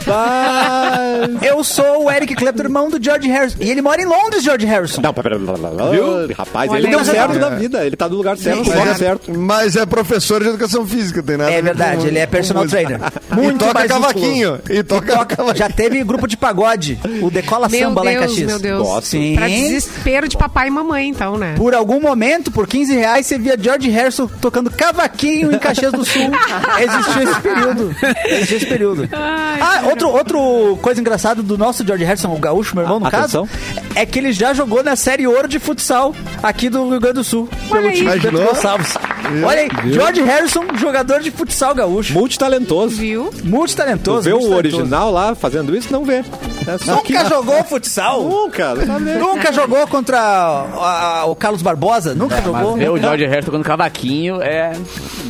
Rapaz!
Eu sou o Eric Clapton, irmão do George Harrison. E ele mora em Londres, George Harrison.
Não, pera, pera, pera, pera, viu? Rapaz, ele
Olha
deu
aí.
certo
É.
na vida. Ele tá no lugar certo, no
Mas
lugar
é,
certo.
mas é professor de educação física, tem nada. a
É
ver
verdade,
com-
ele é
com
personal
música.
trainer.
[laughs] e
Muito
toca
mais
cavaquinho. E toca, cavaquinho.
Já teve grupo de pagode, o Decola
Meu
Samba lá em
Deus,
Caxias.
meu Deus.
Gosto.
Sim.
Pra desespero de papai e mamãe, então, né?
Por algum momento, por 15 reais, você via George Harrison tocando cavaquinho em Caxias
[laughs]
do Sul. Existiu esse período. Existiu esse período. ah, outro, outro coisa engraçada do nosso George Harrison, o gaúcho, meu irmão, no
Atenção.
caso, é que ele já jogou na Série Ouro de futsal aqui do Rio Grande do Sul.
Olha aí.
do Bento
Imaginou?
Gonçalves. Olha aí, George Harrison, jogador de futsal gaúcho.
Multitalentoso.
Viu?
Tu
Multitalentoso.
vê o
multitalentoso.
original lá fazendo isso? Não vê. É só que-
Nunca jogou futsal?
Nunca.
Nunca jogou contra a- a- o Carlos Barbosa? Nunca jogou?
Ver o George Harrison tocando cavaquinho é.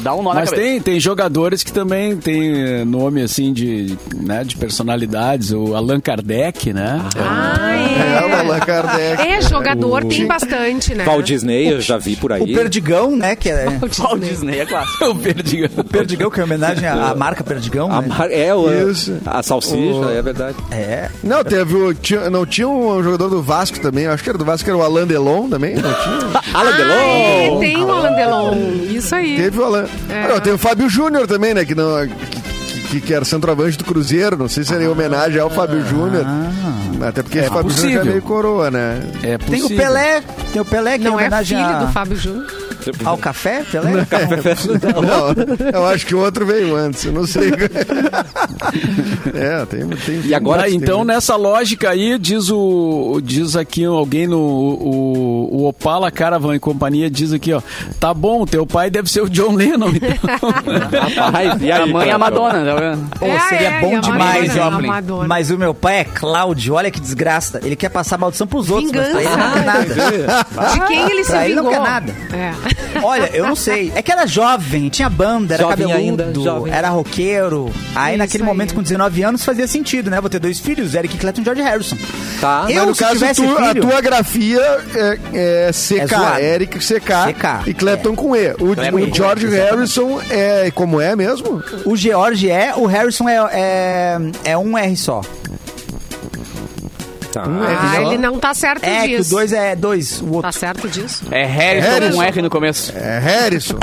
dá um nó na
Mas
cabeça.
tem, tem jogadores que também tem eh, nome assim de, né, de personalidades, o Allan Kardec, né?
É,
Ah,
Allan Kardec.
é. É, jogador tem bastante, né?
Walt Disney, eu já vi por aí.
O Perdigão, né? Que é
Walt Disney.
Walt Disney, é [laughs] clássico.
Eu perdi.
Perdigão, que é homenagem à, à marca Perdigão,
A
né?
mar- É, o,
Isso.
a salsicha,
O-
é verdade.
É.
Não, teve o, tinha- não tinha um jogador do Vasco também, eu acho que era do Vasco, era o Alain Delon também, não tinha?
Alan
É,
Delon!
tem o Alan Delon. Isso aí.
teve o Alain.
É.
Ah, não, teve o Fábio Júnior também, né, que não... que- Que, que era centroavante do Cruzeiro, não sei se era em homenagem ao Fábio Júnior. Até porque esse Fábio Júnior já é
possível.
meio coroa, né?
É
Tem
possível.
o Pelé, tem o Pelé que é
Não é
homenagem
filho
a-
do Fábio Júnior.
ao café, Pelé?
Não, [laughs] eu acho que o outro veio antes, eu não sei. [laughs] é, tem. tem
E agora-
Ah, então, nessa lógica aí, diz o o- diz aqui alguém no o, o Opala Caravan e companhia diz aqui, ó, tá bom, teu pai deve ser o John Lennon. então.
Rapaz, e aí?
A mãe é
cara?
a Madonna, tá vendo?
Pô,
É,
seria
é, e
bom
a
demais,
Madonna,
ó.
a Madonna.
Mas o meu pai é Cláudio, olha que desgraça. Ele quer passar maldição pros outros, mas pra ele não
Vingança.
quer nada.
De quem ele se
pra ele não
vingou?
quer nada.
É.
Olha, eu não sei. É que era jovem, tinha banda, era
Jovem
cabeludo,
ainda, jovem.
era roqueiro. Aí
Isso
naquele
aí.
momento, com 19 anos, fazia sentido, né? Vou ter dois filhos, Eric Clapton e George Harrison.
Tá.
Eu,
Mas no
se
caso,
tivesse
tu- a
filho-
tua grafia é, é
É
CK,
zoado.
Eric CK,
CK,
e Clapton com E. O,
Clapton
o
com
George Harrison é como é mesmo?
O George é, o Harrison é, é, é um R só.
Ah, ele não tá certo
É, que o
disso.
dois é dois, o outro.
Tá certo disso?
É Harrison,
Harrison.
com um R no começo.
É Harrison.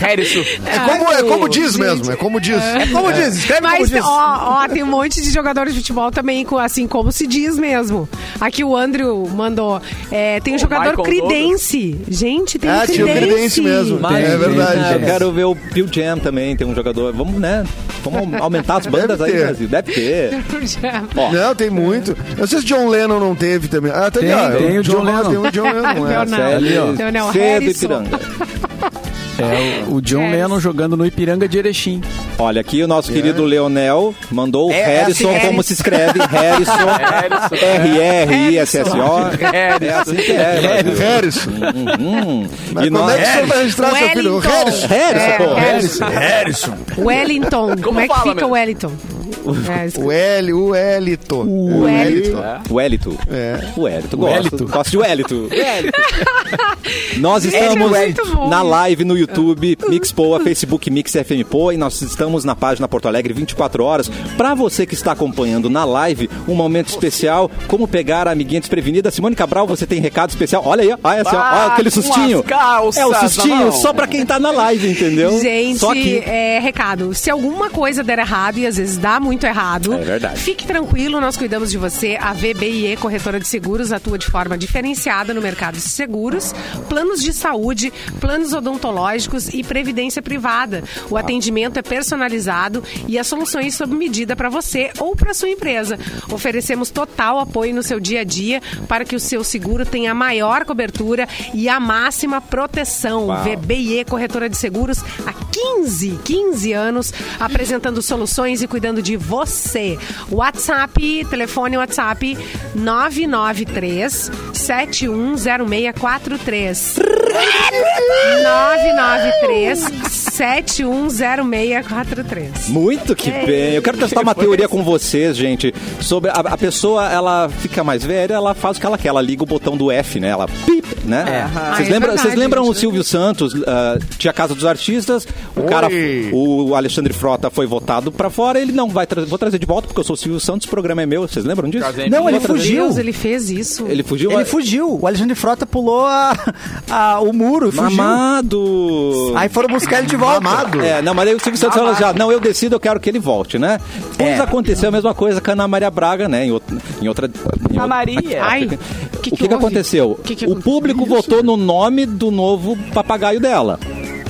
Harrison.
É como, é como diz mesmo, é como diz.
Ah. Como diz, escreve
Mas, ó, ó, tem um monte de jogadores de futebol também, com, assim como se diz mesmo. Aqui o Andrew mandou. é, tem um
O
jogador
Michael
Cridense. Gente, tem
Ah,
um
tinha o
Cridense.
Credense
[laughs]
mesmo.
Mas,
É verdade.
né, Eu quero ver o Bill Jam também, tem um jogador. Vamos, né? Vamos aumentar as bandas aí,
ter.
Brasil. Deve ter. Ó,
Não, tem muito. Eu sei se John Lennon não teve também. Ah, tá
Tem,
ligado.
tem o John Lennon.
Tem o John Lennon. é.
Leonardo.
sério,
ali, ó.
Leonel
cedo
Harrison.
Ipiranga.
[laughs] É, o, o John
É.
Lennon jogando no Ipiranga de Erechim.
Olha, aqui o nosso querido Leonel mandou o
É,
Harrison,
é assim,
como se escreve,
[laughs]
Harrison, R-R-I-S-S-O. É assim que é. Brasil.
Harrison.
Hum, hum.
Mas
E
como
nós...
é que o senhor vai registrar seu filho? O
Wellington.
Harrison.
Harrison,
É,
pô.
Harrison. Wellington. Como, é que
fala
fica
mesmo?
o Wellington? É, isso que-
O L, o Elito.
O Wellington.
Wellington.
É.
Wellington, gosto.
Wellington.
Gosto de
[laughs]
Wellington. Nós
é
estamos
Wellington. Muito bom.
na live no YouTube, Mixpoa, Facebook Mix FM Poa, e nós estamos na página Porto Alegre 24 horas. Pra você que está acompanhando na live, um momento especial, como pegar a amiguinha desprevenida. Simone Cabral, você tem recado especial. Olha aí, ó, olha, assim, ó,
Ah,
olha aquele
com as
sustinho.
calças
É o
na
sustinho
mão.
só pra quem tá na live, entendeu? só
Gente,
que
é, recado. Se alguma coisa der errado, e às vezes dá muito errado,
É verdade.
fique tranquilo, nós cuidamos de você. A VBIE Corretora de Seguros atua de forma diferenciada no mercado de seguros, planos de saúde, planos odontológicos e previdência privada. O
Ah.
atendimento é personalizado e as soluções sob medida para você ou para sua empresa. Oferecemos total apoio no seu dia a dia para que o seu seguro tenha a maior cobertura e a máxima proteção.
Uau.
VBIE BIE Corretora de Seguros, há 15, 15 anos, apresentando soluções e cuidando de você. WhatsApp, telefone WhatsApp 993 710643. 993 710643.
Muito que
É
bem. Eu quero testar uma teoria com vocês, gente, sobre a, a pessoa, ela fica mais velha, ela faz o que ela quer, ela liga o botão do F, né? Ela pip, né?
Ah, é
Vocês lembram,
verdade,
vocês lembram o
gente.
Silvio Santos, ah, tinha a Casa dos Artistas, o cara, o Alexandre Frota foi votado pra fora, ele não vai trazer, vou trazer de volta porque eu sou o Silvio Santos, o programa é meu, vocês lembram disso?
Não, ele
Meu
fugiu.
Deus, ele fez isso.
Ele fugiu,
Ele
mas-
fugiu. O Alexandre Frota pulou a- a- o muro, fugiu.
mamado.
Aí foram buscar ele de volta.
É, não, mas aí o Silvio Santos falou já, não, eu decido, eu quero que ele volte, né? Pois
É.
aconteceu a mesma coisa com a Ana Maria Braga, né? Em, out- em outra. em
A
outra-
Maria.
[laughs]
Ai,
o que,
que
que,
houve?
aconteceu?
Que que
o público votou no nome do novo papagaio dela.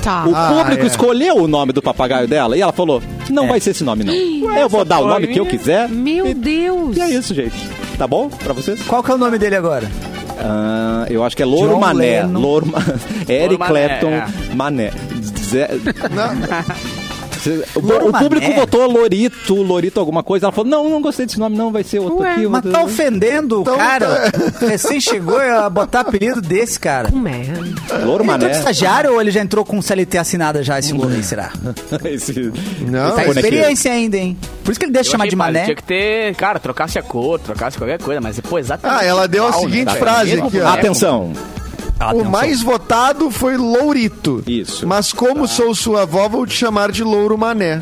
Tá.
O público escolheu o nome do papagaio dela e ela falou que não vai ser esse nome, não. eu vou dar o nome que eu quiser.
Meu Deus.
E é isso, gente. Tá bom pra vocês?
Qual que é o nome dele agora?
Ah, eu acho que é Louro
John
Mané.
Lennon.
Louro Ma- [laughs] Eric
Mané,
Clapton
é.
Mané. Zé- Cê- O,
Louro
o público
Mané.
votou Lorito, Lorito alguma coisa. Ela falou, não, não gostei desse nome, não, vai ser outro
Ué,
aqui.
Mas
outro-
tá ofendendo o cara. Recém chegou a botar apelido desse, cara.
Como é?
Louro
Ele
Ah, né?
entrou de
Mané.
estagiário ou ele já entrou com CLT assinada já,
Hum.
esse Lula, será?
[laughs]
Tá
Esse-
Não,
Tá
bonequinho.
experiência ainda, hein? Por isso que ele deixa
né, Eu
chamar
achei
de
válido,
mané.
Tinha que ter, cara, trocasse a cor, trocasse qualquer coisa, mas pô, exatamente.
Ah, ela deu a
igual, né,
seguinte
cara?
frase
Mesmo
aqui, ó.
boneco.
Atenção.
um
O mais votado foi Lourito.
Isso.
Mas como sou sua avó, vou te chamar de Louro Mané.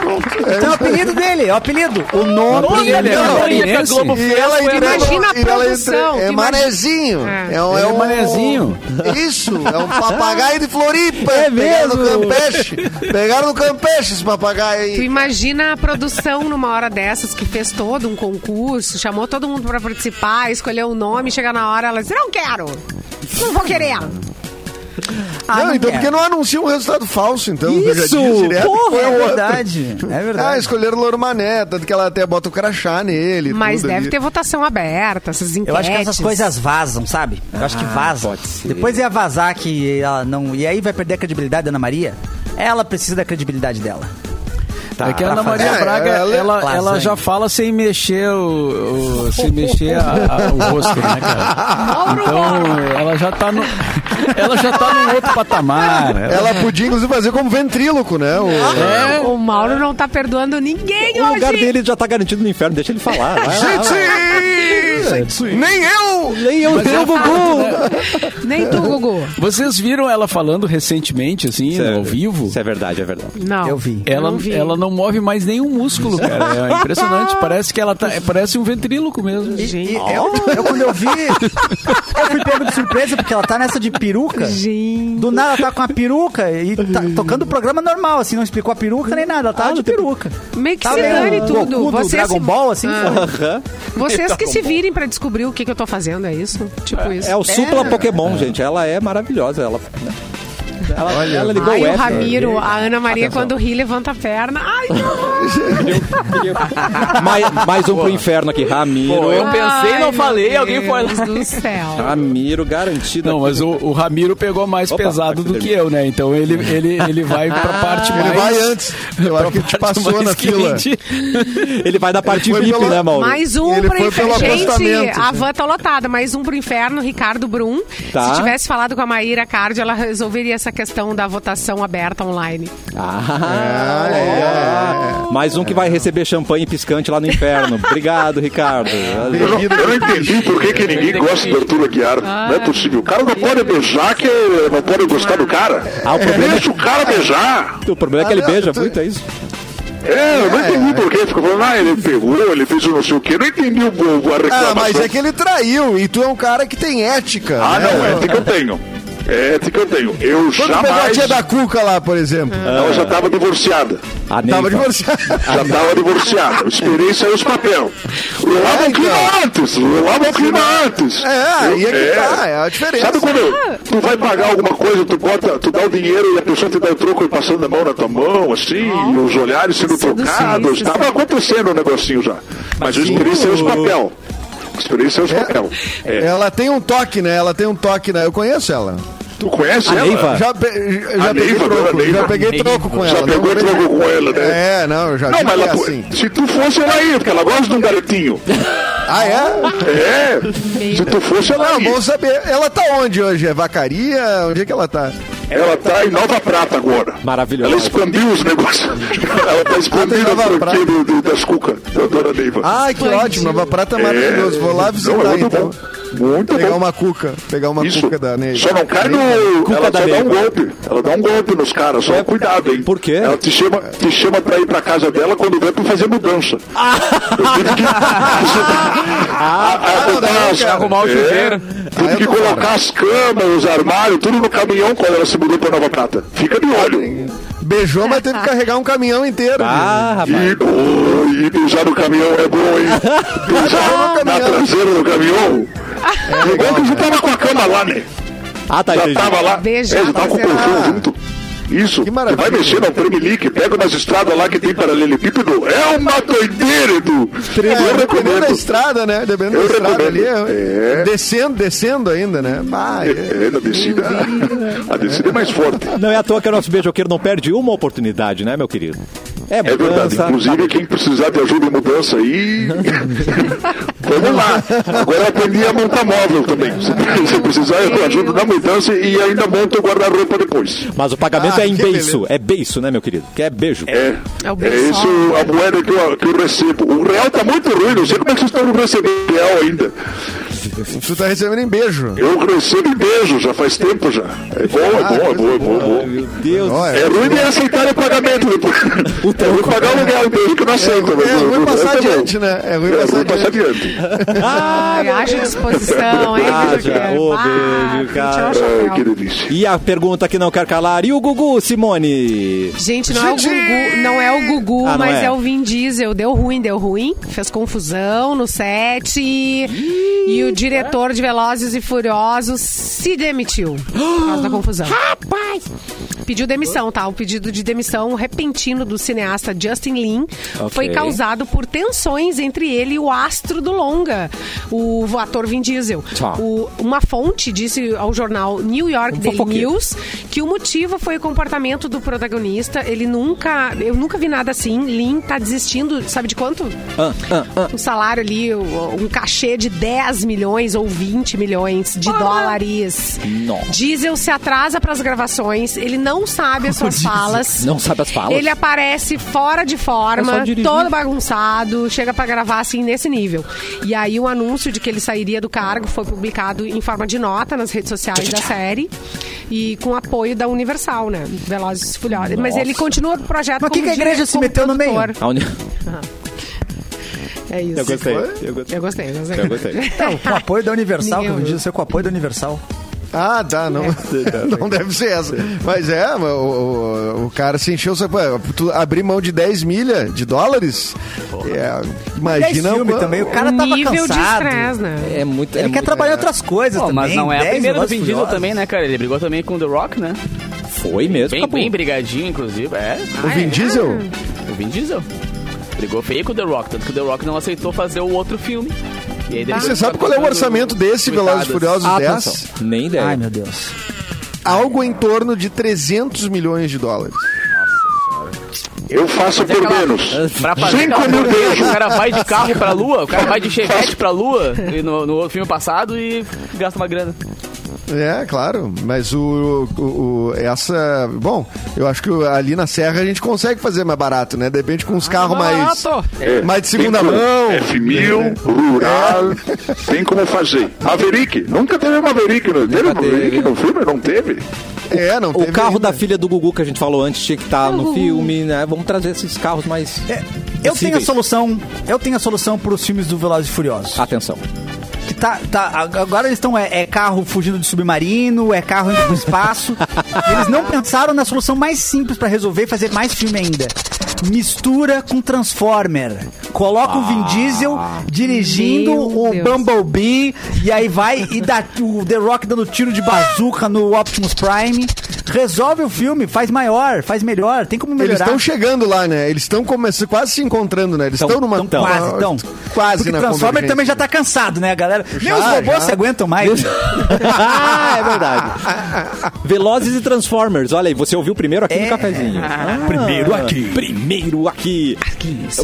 Pronto.
Então é o
É isso aí.
apelido dele, é o apelido. O nome
Olha,
dele é
cara,
não,
olha que a Globo
E
fez,
ela
foi-
entrou-
Imagina a
e ela
produção,
entrou-
tu
É
imagina-
manezinho.
É.
É, um,
Ele é
um-
manezinho.
Isso, é um papagaio de Floripa.
É
Pegaram no
mesmo?
Campeche. Pegaram no Campeche esse papagaio
Tu
aí.
imagina a produção numa hora dessas que fez todo um concurso, chamou todo mundo pra participar, escolheu o nome, chega na hora, ela diz: Não quero! Não vou querer!
Ah,
não,
não
então
quer.
porque não anuncia um resultado falso, então. porque já
Isso!
diz direto que
Porra,
foi
É
o outro.
verdade, é
Ah,
verdade.
escolheram o Louro Mané, tanto que ela até bota o crachá nele. e
Mas
tudo
deve
ali.
ter votação aberta, essas enquetes.
Eu acho que essas coisas vazam, sabe? Eu acho
Ah,
que vazam.
pode ser.
Depois ia vazar que ela não. E aí vai perder a credibilidade da Ana Maria. Ela precisa da credibilidade dela.
é que a Ana
pra
Maria
fazer.
Braga,
É, ela-
ela, ela,
Lasanha.
já fala sem mexer o, o- sem mexer a- a- o rosto, né, cara? Então, ela já tá no ela já tá num outro
Ah,
patamar.
É.
é.
Ela-
Ela podia, inclusive, fazer como ventríloco, né? O-
Ah, É. O Mauro não tá perdoando ninguém
O
hoje.
lugar dele já tá garantido no inferno, deixa ele
[laughs]
falar. Vai lá, vai lá.
Ah, Gente! Nem eu!
Nem eu,
é
nem o
né?
Gugu.
Nem tu, Gugu.
Vocês viram ela falando recentemente assim,
é-
ao vivo?
Isso é verdade, é verdade.
Não.
Eu vi.
Ela
não
não,
vi.
ela não move mais nenhum músculo, cara. É
[laughs]
impressionante. Parece que ela tá, parece um ventríloco mesmo.
E eu, eu, quando eu
[laughs]
vi, eu fui pego de surpresa, porque ela tá nessa de peruca.
Gente.
Do nada, ela tá com a peruca e tá tocando o programa normal, assim, não explicou a peruca nem nada, ela tava de peruca.
Meio que
Tá
se dane
vendo?
tudo.
Goku do
Vocês
Dragon
se-
Ball, assim,
Ah.
Aham.
Vocês que se virem pra descobrir o que, que eu tô fazendo, é isso? Tipo isso.
É o supla Pokémon, gente. Ela é maravilhosa. Ela, ela, ela ligou
Ai,
o
o
F.
Ramiro, a Ana Maria, quando ri, levanta a perna. Ai, que horror!
mais, mais um pro inferno aqui, Ramiro.
Pô, eu pensei, não
Ai,
falei,
meu
alguém foi lá.
Deus do
[laughs]
céu.
Ramiro garantido.
Não,
aqui.
mas o, o Ramiro pegou mais
Opa,
pesado
aqui
do que
termina.
eu, né? Então [laughs] ele, ele, ele vai pra parte mais.
Ele vai antes. Eu acho que te
[laughs] parte
passou
mais
na fila.
quente.
Ele vai da parte
Ele foi
VIP,
pelo-
né, Mauro?
Mais um
Ele
pro
foi
inferno.
pelo
Gente,
acostamento.
a van tá lotada. Mais um pro inferno, Ricardo Brum.
Tá.
Se tivesse falado com a Maíra Cardi, ela resolveria essa questão da votação aberta online.
Ah, é. Mais um que vai receber champanhe piscante lá no inferno. Obrigado, Ricardo.
Eu não, eu não entendi por que, que ninguém gosta do Arthur Aguiar. não é possível. O cara não pode beijar, que não pode gostar do cara.
Ah, o problema é-
Deixa o cara beijar.
O problema é que ele beija muito, é isso?
É, eu não entendi por que. Ficou falando, ah, ele pegou, ele fez o não sei o quê. Eu Não entendi o, o, a reclamação.
Ah, mas é que ele traiu e tu é um cara que tem ética.
Ah,
né?
não, é ética eu tenho. É ética eu tenho. Eu
Quando pegou a
jamais... Hum.
tia da Cuca lá, por exemplo.
Ela já estava divorciada.
A
Tava
Ah, Neiva.
divorciado. [laughs]
Já estava divorciada. Eu esperei sair os papel.
Ah,
Rolava
É,
um clima
então.
antes. Rolava um clima antes.
É, aí é que tá, é a diferença.
Sabe quando tu vai pagar alguma coisa, tu, bota, tu dá o dinheiro e a pessoa te dá o troco e passando a mão na tua mão, assim, e os olhares sendo trocados. Estava acontecendo o negocinho já. Mas eu esperei sair os papel. Esperei sair os papel. É.
Ela tem um toque, né? Ela tem um toque, né? Eu conheço ela.
Tu conhece
A
Ah,
ela?
Neiva.
Já, pe- já
A
peguei
Neiva, dona
troco,
Neiva.
já peguei troco com ela.
Já pegou
não-
troco com ela, né?
É, não, eu já
Não,
vi
mas
que é
ela,
assim.
se tu fosse, ela ia, porque ela gosta de um garotinho.
Ah, é?
É, se tu fosse, ela
Ah, bom
ia.
saber. Ela tá onde hoje? É vacaria? Onde é que ela tá?
Ela tá em Nova Prata agora.
Maravilhosa.
Ela expandiu
[laughs]
os negócios. ela tá expandindo
Ah, tem Nova
o franquia do- do- das cucas, da dona Neiva.
Ai, que ótimo. Nova Prata é maravilhoso. Vou lá visitar,
Não, é muito
então.
bom. Muito
Pegar
bom.
uma cuca. Pegar uma
Isso.
cuca é da Neiva.
Só não cai no.
Cuca
ela
da
só dá um
Neiva.
golpe. Ela dá um golpe nos caras. Só um cuidado, hein?
Por quê?
Ela te chama, te chama pra ir pra casa dela quando vem pra fazer mudança. Eu tive que. Ah,
não, daí eu quero
arrumar o chuveiro.
Tive
eu
que
tô fora.
colocar as camas, os armários, tudo no caminhão quando ela se mudou pra Nova Prata. Fica de olho.
Beijou, mas teve que carregar um caminhão inteiro.
Ah, rapaz.
E, oh, e beijar no caminhão é bom, hein?
Ah,
Beijar na
caminhão.
traseira do caminhão. o bom que já tava com a cama lá, né?
Ah, tá,
Já
entendi.
tava lá.
Beijar
é, já tava com o
pra zerar.
colchão junto. Isso,
Que
que
maravilha.
vai mexer na Premier pega umas estradas lá que tem paralelepípedo. É uma doideira, Edu! Eu
Dependendo da
recomendo.
estrada, né? Dependendo da
Eu
estrada ali.
recomendo.
é-
É.
Descendo, descendo ainda, né? Bah, é-
É, na descida. A descida é mais forte.
Não é à toa que o nosso beijoqueiro não perde uma oportunidade, né, meu querido? É,
É verdade.
mudança,
Inclusive, quem precisar de ajuda em
[laughs]
mudança aí. Vamos lá. Agora eu aprendi a montar móvel também. Se- Se precisar, eu te ajudo na mudança e ainda monto o guarda-roupa depois.
Mas o pagamento
Ah,
é em
que
beiço. É beiço, né, meu querido? Que é beijo.
É.
É o
É
beijo.
isso a moeda que eu, que eu recebo. O real tá muito ruim, não sei como é que vocês estão recebendo real ainda.
Tu tá recebendo em beijo.
Eu recebo em beijo, já faz tempo já. É bom, é bom, é bom, é bom. É, bom.
Meu Deus.
Ó,
é ruim de aceitar o pagamento depois. É ruim pagar o aluguel dele que não aceita. mas
é
eu-
ruim
eu-
passar
eu também.
adiante, né? É ruim
É
passar
ruim passar
adiante.
adiante.
Ai, acha disposição, hein?
Haja,
Beijoqueiro?
ô,
Ah,
beijo,
tem que tirar o
cara.
chapéu.
Ai, que delícia.
E a pergunta que não quer calar. E o Gugu, Simone?
Gente, não
Gente!
é o Gugu, não é o Gugu,
Ah, não
mas
é.
é. o Vin Diesel. Deu ruim, deu ruim. Fez confusão no set. E o diretor de Velozes e Furiosos se demitiu por causa da confusão. Rapaz! Pediu demissão, tá? O pedido de demissão repentino do cineasta Justin Lin foi causado por tensões entre ele e o astro do longa, o ator Vin Diesel.
Tá.
O- uma fonte disse ao jornal New York
Um
Daily
fofoqueiro.
News News, que o motivo foi o comportamento do protagonista. Ele nunca. Eu nunca vi nada assim. Lin tá desistindo, sabe de quanto?
Ah, ah, ah.
Um salário ali, o- um cachê de 10 milhões ou 20 milhões de dólares.
Nossa.
Diesel se atrasa para as gravações, ele não sabe as suas falas.
Não sabe as falas.
é-
Ele aparece fora de
É só
forma,
dirigir.
todo bagunçado, chega pra gravar assim nesse nível. E aí o anúncio de que ele sairia do cargo foi publicado em forma de nota nas redes sociais da série e com apoio da Universal, né? Velozes e Furiosos. Mas ele continua o projeto
Mas o que
como
que a
dire-
igreja se
como
meteu no meio?
produtor.
A uni-
É isso.
Eu gostei. Eu gostei.
Eu gostei, eu gostei.
Eu gostei.
Então, com o apoio da Universal,
Ninguém
que eu
ouviu.
digo, você com o apoio da Universal.
Ah, tá, não, [laughs] não deve ser essa. Mas é, o, o- o cara se encheu, sabe, tu abrir mão de 10 milha de dólares, é,
Dez
imagina...
filme
o-
também, o cara tava
Nível de
cansado.
estresse, né?
É muito.
Ele
é
quer
muito-
trabalhar em outras coisas
Pô,
também.
mas não é a
Dez
primeira do
Velozes
Vin Diesel
Furiosos.
também, né, cara? Ele brigou também com o The Rock, né?
Foi mesmo.
Bem,
acabou.
bem brigadinho, inclusive. É,
O Vin Diesel?
o Vin Diesel. Brigou feio com o The Rock, tanto que o The Rock não aceitou fazer o outro filme. E aí,
E
depois
Você
ele
sabe
tá
qual é o
contando
orçamento desse
coitadas.
Velozes e Furiosos
Ah,
10?
atenção. Nem ideia.
Ai, meu Deus.
Algo em torno de 300 milhões de dólares.
Eu faço
é
por
aquela-
menos.
Pra fazer
Cinco
aquela
mil
coisa,
beijos.
O cara vai de carro pra lua, o cara vai de chevette pra lua e no, no outro filme passado e gasta uma grana.
É, claro, mas o, o- o- essa. Bom, eu acho que ali na Serra a gente consegue fazer mais barato, né? Depende com os carros mais.
É,
mais de segunda
tem como-
mão. É.
F1000, rural, tem como fazer. Maverick, nunca teve Maverick, não teve
né?
Maverick no filme? Não teve?
É, não
O
teve
carro
ainda.
da filha do Gugu que a gente falou antes tinha que estar no
Gugu.
filme, né? Vamos trazer esses carros mais.
É,
É
Eu tenho a
possíveis.
solução, eu tenho a solução para os filmes do Velozes e Furiosos.
Atenção.
Que tá, tá- agora eles estão é, é carro fugindo de submarino, é carro indo
[laughs]
pro espaço. eles não pensaram na solução mais simples pra resolver e fazer mais filme ainda. Mistura com Transformer. Coloca o Vin Diesel dirigindo
Ah, Meu
o
Deus.
Bumblebee e aí vai e dá o The Rock dando tiro de bazuca no Optimus Prime. Resolve o filme, faz maior, faz melhor, tem como
Eles
melhorar.
estão chegando lá, né? Eles estão começando- quase se encontrando, né? Eles
Tão-
estão numa.
tão
Quase,
uma-
então.
Quase
Porque
na
Transformer
convergência.
também já tá cansado, né, galera? Nem os
Já,
robôs
já.
se aguentam mais.
ah, é verdade. Velozes e Transformers. Olha aí, você ouviu primeiro aqui no cafezinho. primeiro aqui. Primeiro aqui.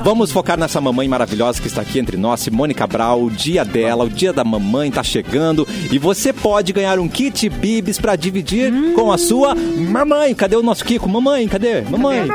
Vamos focar nessa mamãe maravilhosa que está aqui entre nós, Simone Cabral. O dia dela, o dia da mamãe tá chegando. E você pode ganhar um kit Bibis para dividir com a sua mamãe. Cadê o nosso Kiko? Mamãe, cadê? Mamãe.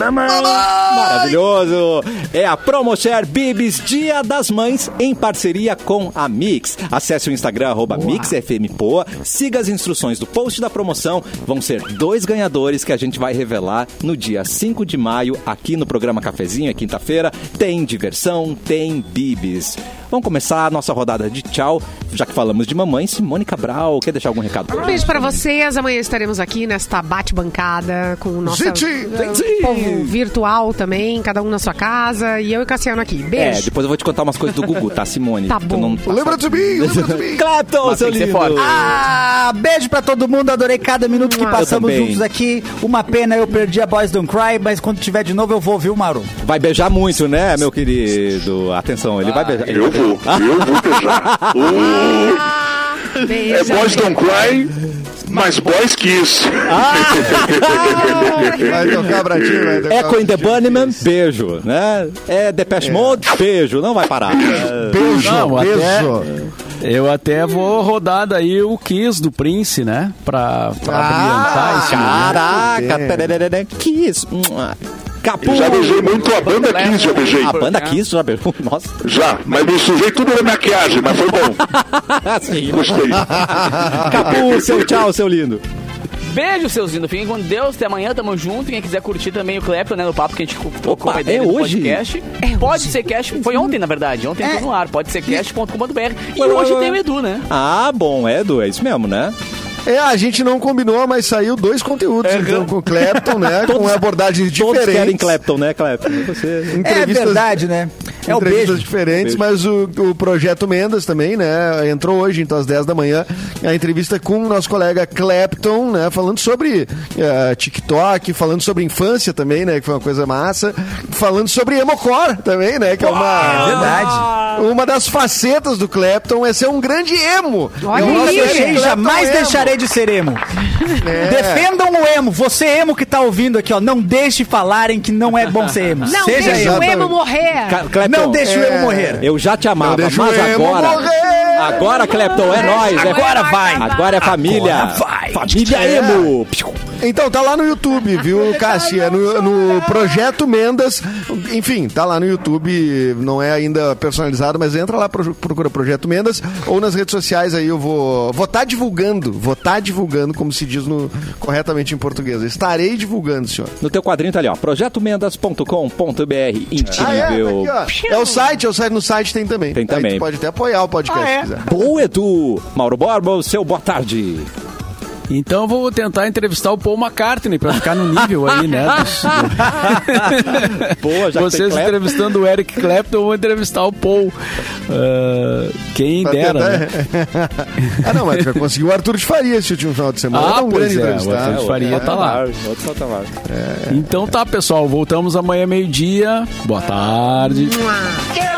Maravilhoso! É a PromoShare Bibis Dia das Mães em parceria com a Mix. Acesse o Instagram arroba MixFMPoa, siga as instruções do post da promoção. Vão ser dois ganhadores que a gente vai revelar no dia 5 de maio aqui no programa Cafezinho, é quinta-feira. Tem diversão, tem Bibis. Vamos começar a nossa rodada de tchau, já que falamos de mamãe, Simone Cabral. Quer deixar algum recado? pra
Um
gente?
beijo pra vocês. Amanhã estaremos aqui nesta bate-bancada com o nosso
Gente,
gente!
povo virtual também, cada um na sua casa. E eu e Cassiano aqui.
É,
Beijo.
depois eu vou te contar umas coisas do Gugu, tá, Simone?
Tá
Tu
bom.
não tá
Lembra de mim, lembra de mim.
Clapton,
Mas
seu
tem que ser
lindo.
forte.
Ah, beijo pra todo mundo, adorei cada minuto que
Eu
passamos
também.
juntos aqui. Uma pena eu perdi a Boys Don't Cry, mas quando tiver de novo eu vou ouvir o Maru.
Vai beijar muito, né, meu querido? Atenção, ele vai beijar.
Eu vou, eu vou
[laughs]
beijar. Uh,
Beijo.
é Boys Don't Cry, mas Boys Kiss.
Vai tocar Bratinho, vai tocar
Echo in the
Bratinho.
Bunnyman, beijo, né? É Depeche Mode, beijo, não vai parar. É,
Beijo,
Não, até-
beijo.
Eu até vou rodar daí o Kiss do Prince, né? Pra, pra brilhantar esse momento.
Ah, Caraca,
bem.
tererere, Kiss. mua. Capu.
Já beijei muito a banda Kiss, já beijei.
A banda Kiss já beijou. [laughs] Nossa,
Já, mas me sujei tudo na maquiagem, mas foi bom.
[laughs] sim.
Gostei.
Capu, seu tchau, seu lindo.
Beijo, seus lindos. Fiquem com Deus. Até amanhã. Tamo junto. Quem quiser curtir também o Clepton, né? No papo que a gente tocou
Opa,
a ideia
é
do
hoje?
podcast.
É
pode
hoje.
ser cash. Foi ontem, na verdade. Ontem entrou no ar. Pode ser cash.com.br. E hoje tem o Edu, né?
Ah, bom, é, Edu, é isso mesmo, né?
É, a gente não combinou, mas saiu dois conteúdos, então, com o Clapton, né? com abordagens
Todos
diferentes.
querem Clapton, né, Clapton? Você...
É
entrevistas-
verdade, né? É o
entrevistas
beijo.
diferentes, mas o, o projeto Mendas também, né? Entrou hoje, então às 10 da manhã, a entrevista com o nosso colega Clapton, né? Falando sobre eh, TikTok, falando sobre infância também, né? Que foi uma coisa massa. Falando sobre Emocor também, né? Que é uma.
É verdade.
Uma das facetas do Clapton é ser um grande emo.
Olha
Eu
isso,
não
Clapton
Deixei,
achei,
jamais
é emo.
deixarei de ser emo.
É.
Defendam o emo. Você emo que tá ouvindo aqui, ó. Não deixe falarem que não é bom ser emo.
Não
Seja
deixa
emo.
o emo
exatamente.
morrer.
Ca- Clapton,
Não deixe
É.
o emo morrer.
Eu já te amava,
Não
mas
deixa o emo
agora.
morrer.
Agora, Clepton, é nós. é-
Agora vai.
Agora é família. Família
É.
Emo.
Então, tá lá no YouTube, viu, Cássia? No, no Projeto Mendas. Enfim, tá lá no YouTube, não é ainda personalizado, mas entra lá, pro- procura Projeto Mendas. Ou nas redes sociais aí eu vou. Vou tá divulgando. Vou tá divulgando, como se diz no, corretamente em português. Estarei divulgando, senhor.
No teu quadrinho tá ali, ó. Projetomendas.com.br. Incrível.
Ah, é, tá aqui, ó. é o site, é o site, no site tem também.
Tem também.
Aí tu pode até apoiar o podcast se quiser.
Boa, Edu. Mauro Borba, o seu boa tarde.
Então eu vou tentar entrevistar o Paul McCartney pra ficar no nível aí, né? dos-
[laughs] Boa, já que tem
Vocês
Clapton.
entrevistando o Eric Clapton, eu vou entrevistar o Paul. Ah, quem
Pra
dera,
tentar-
né?
[laughs]
ah, não, mas tu vai conseguir o Arthur de Faria esse último final de semana.
Ah,
Era um
pois
grande
é, o
entrevistado.
Arthur de Faria tá lá.
Outro Saltamar.
Então tá, pessoal, voltamos amanhã meio-dia. Boa tarde.
Que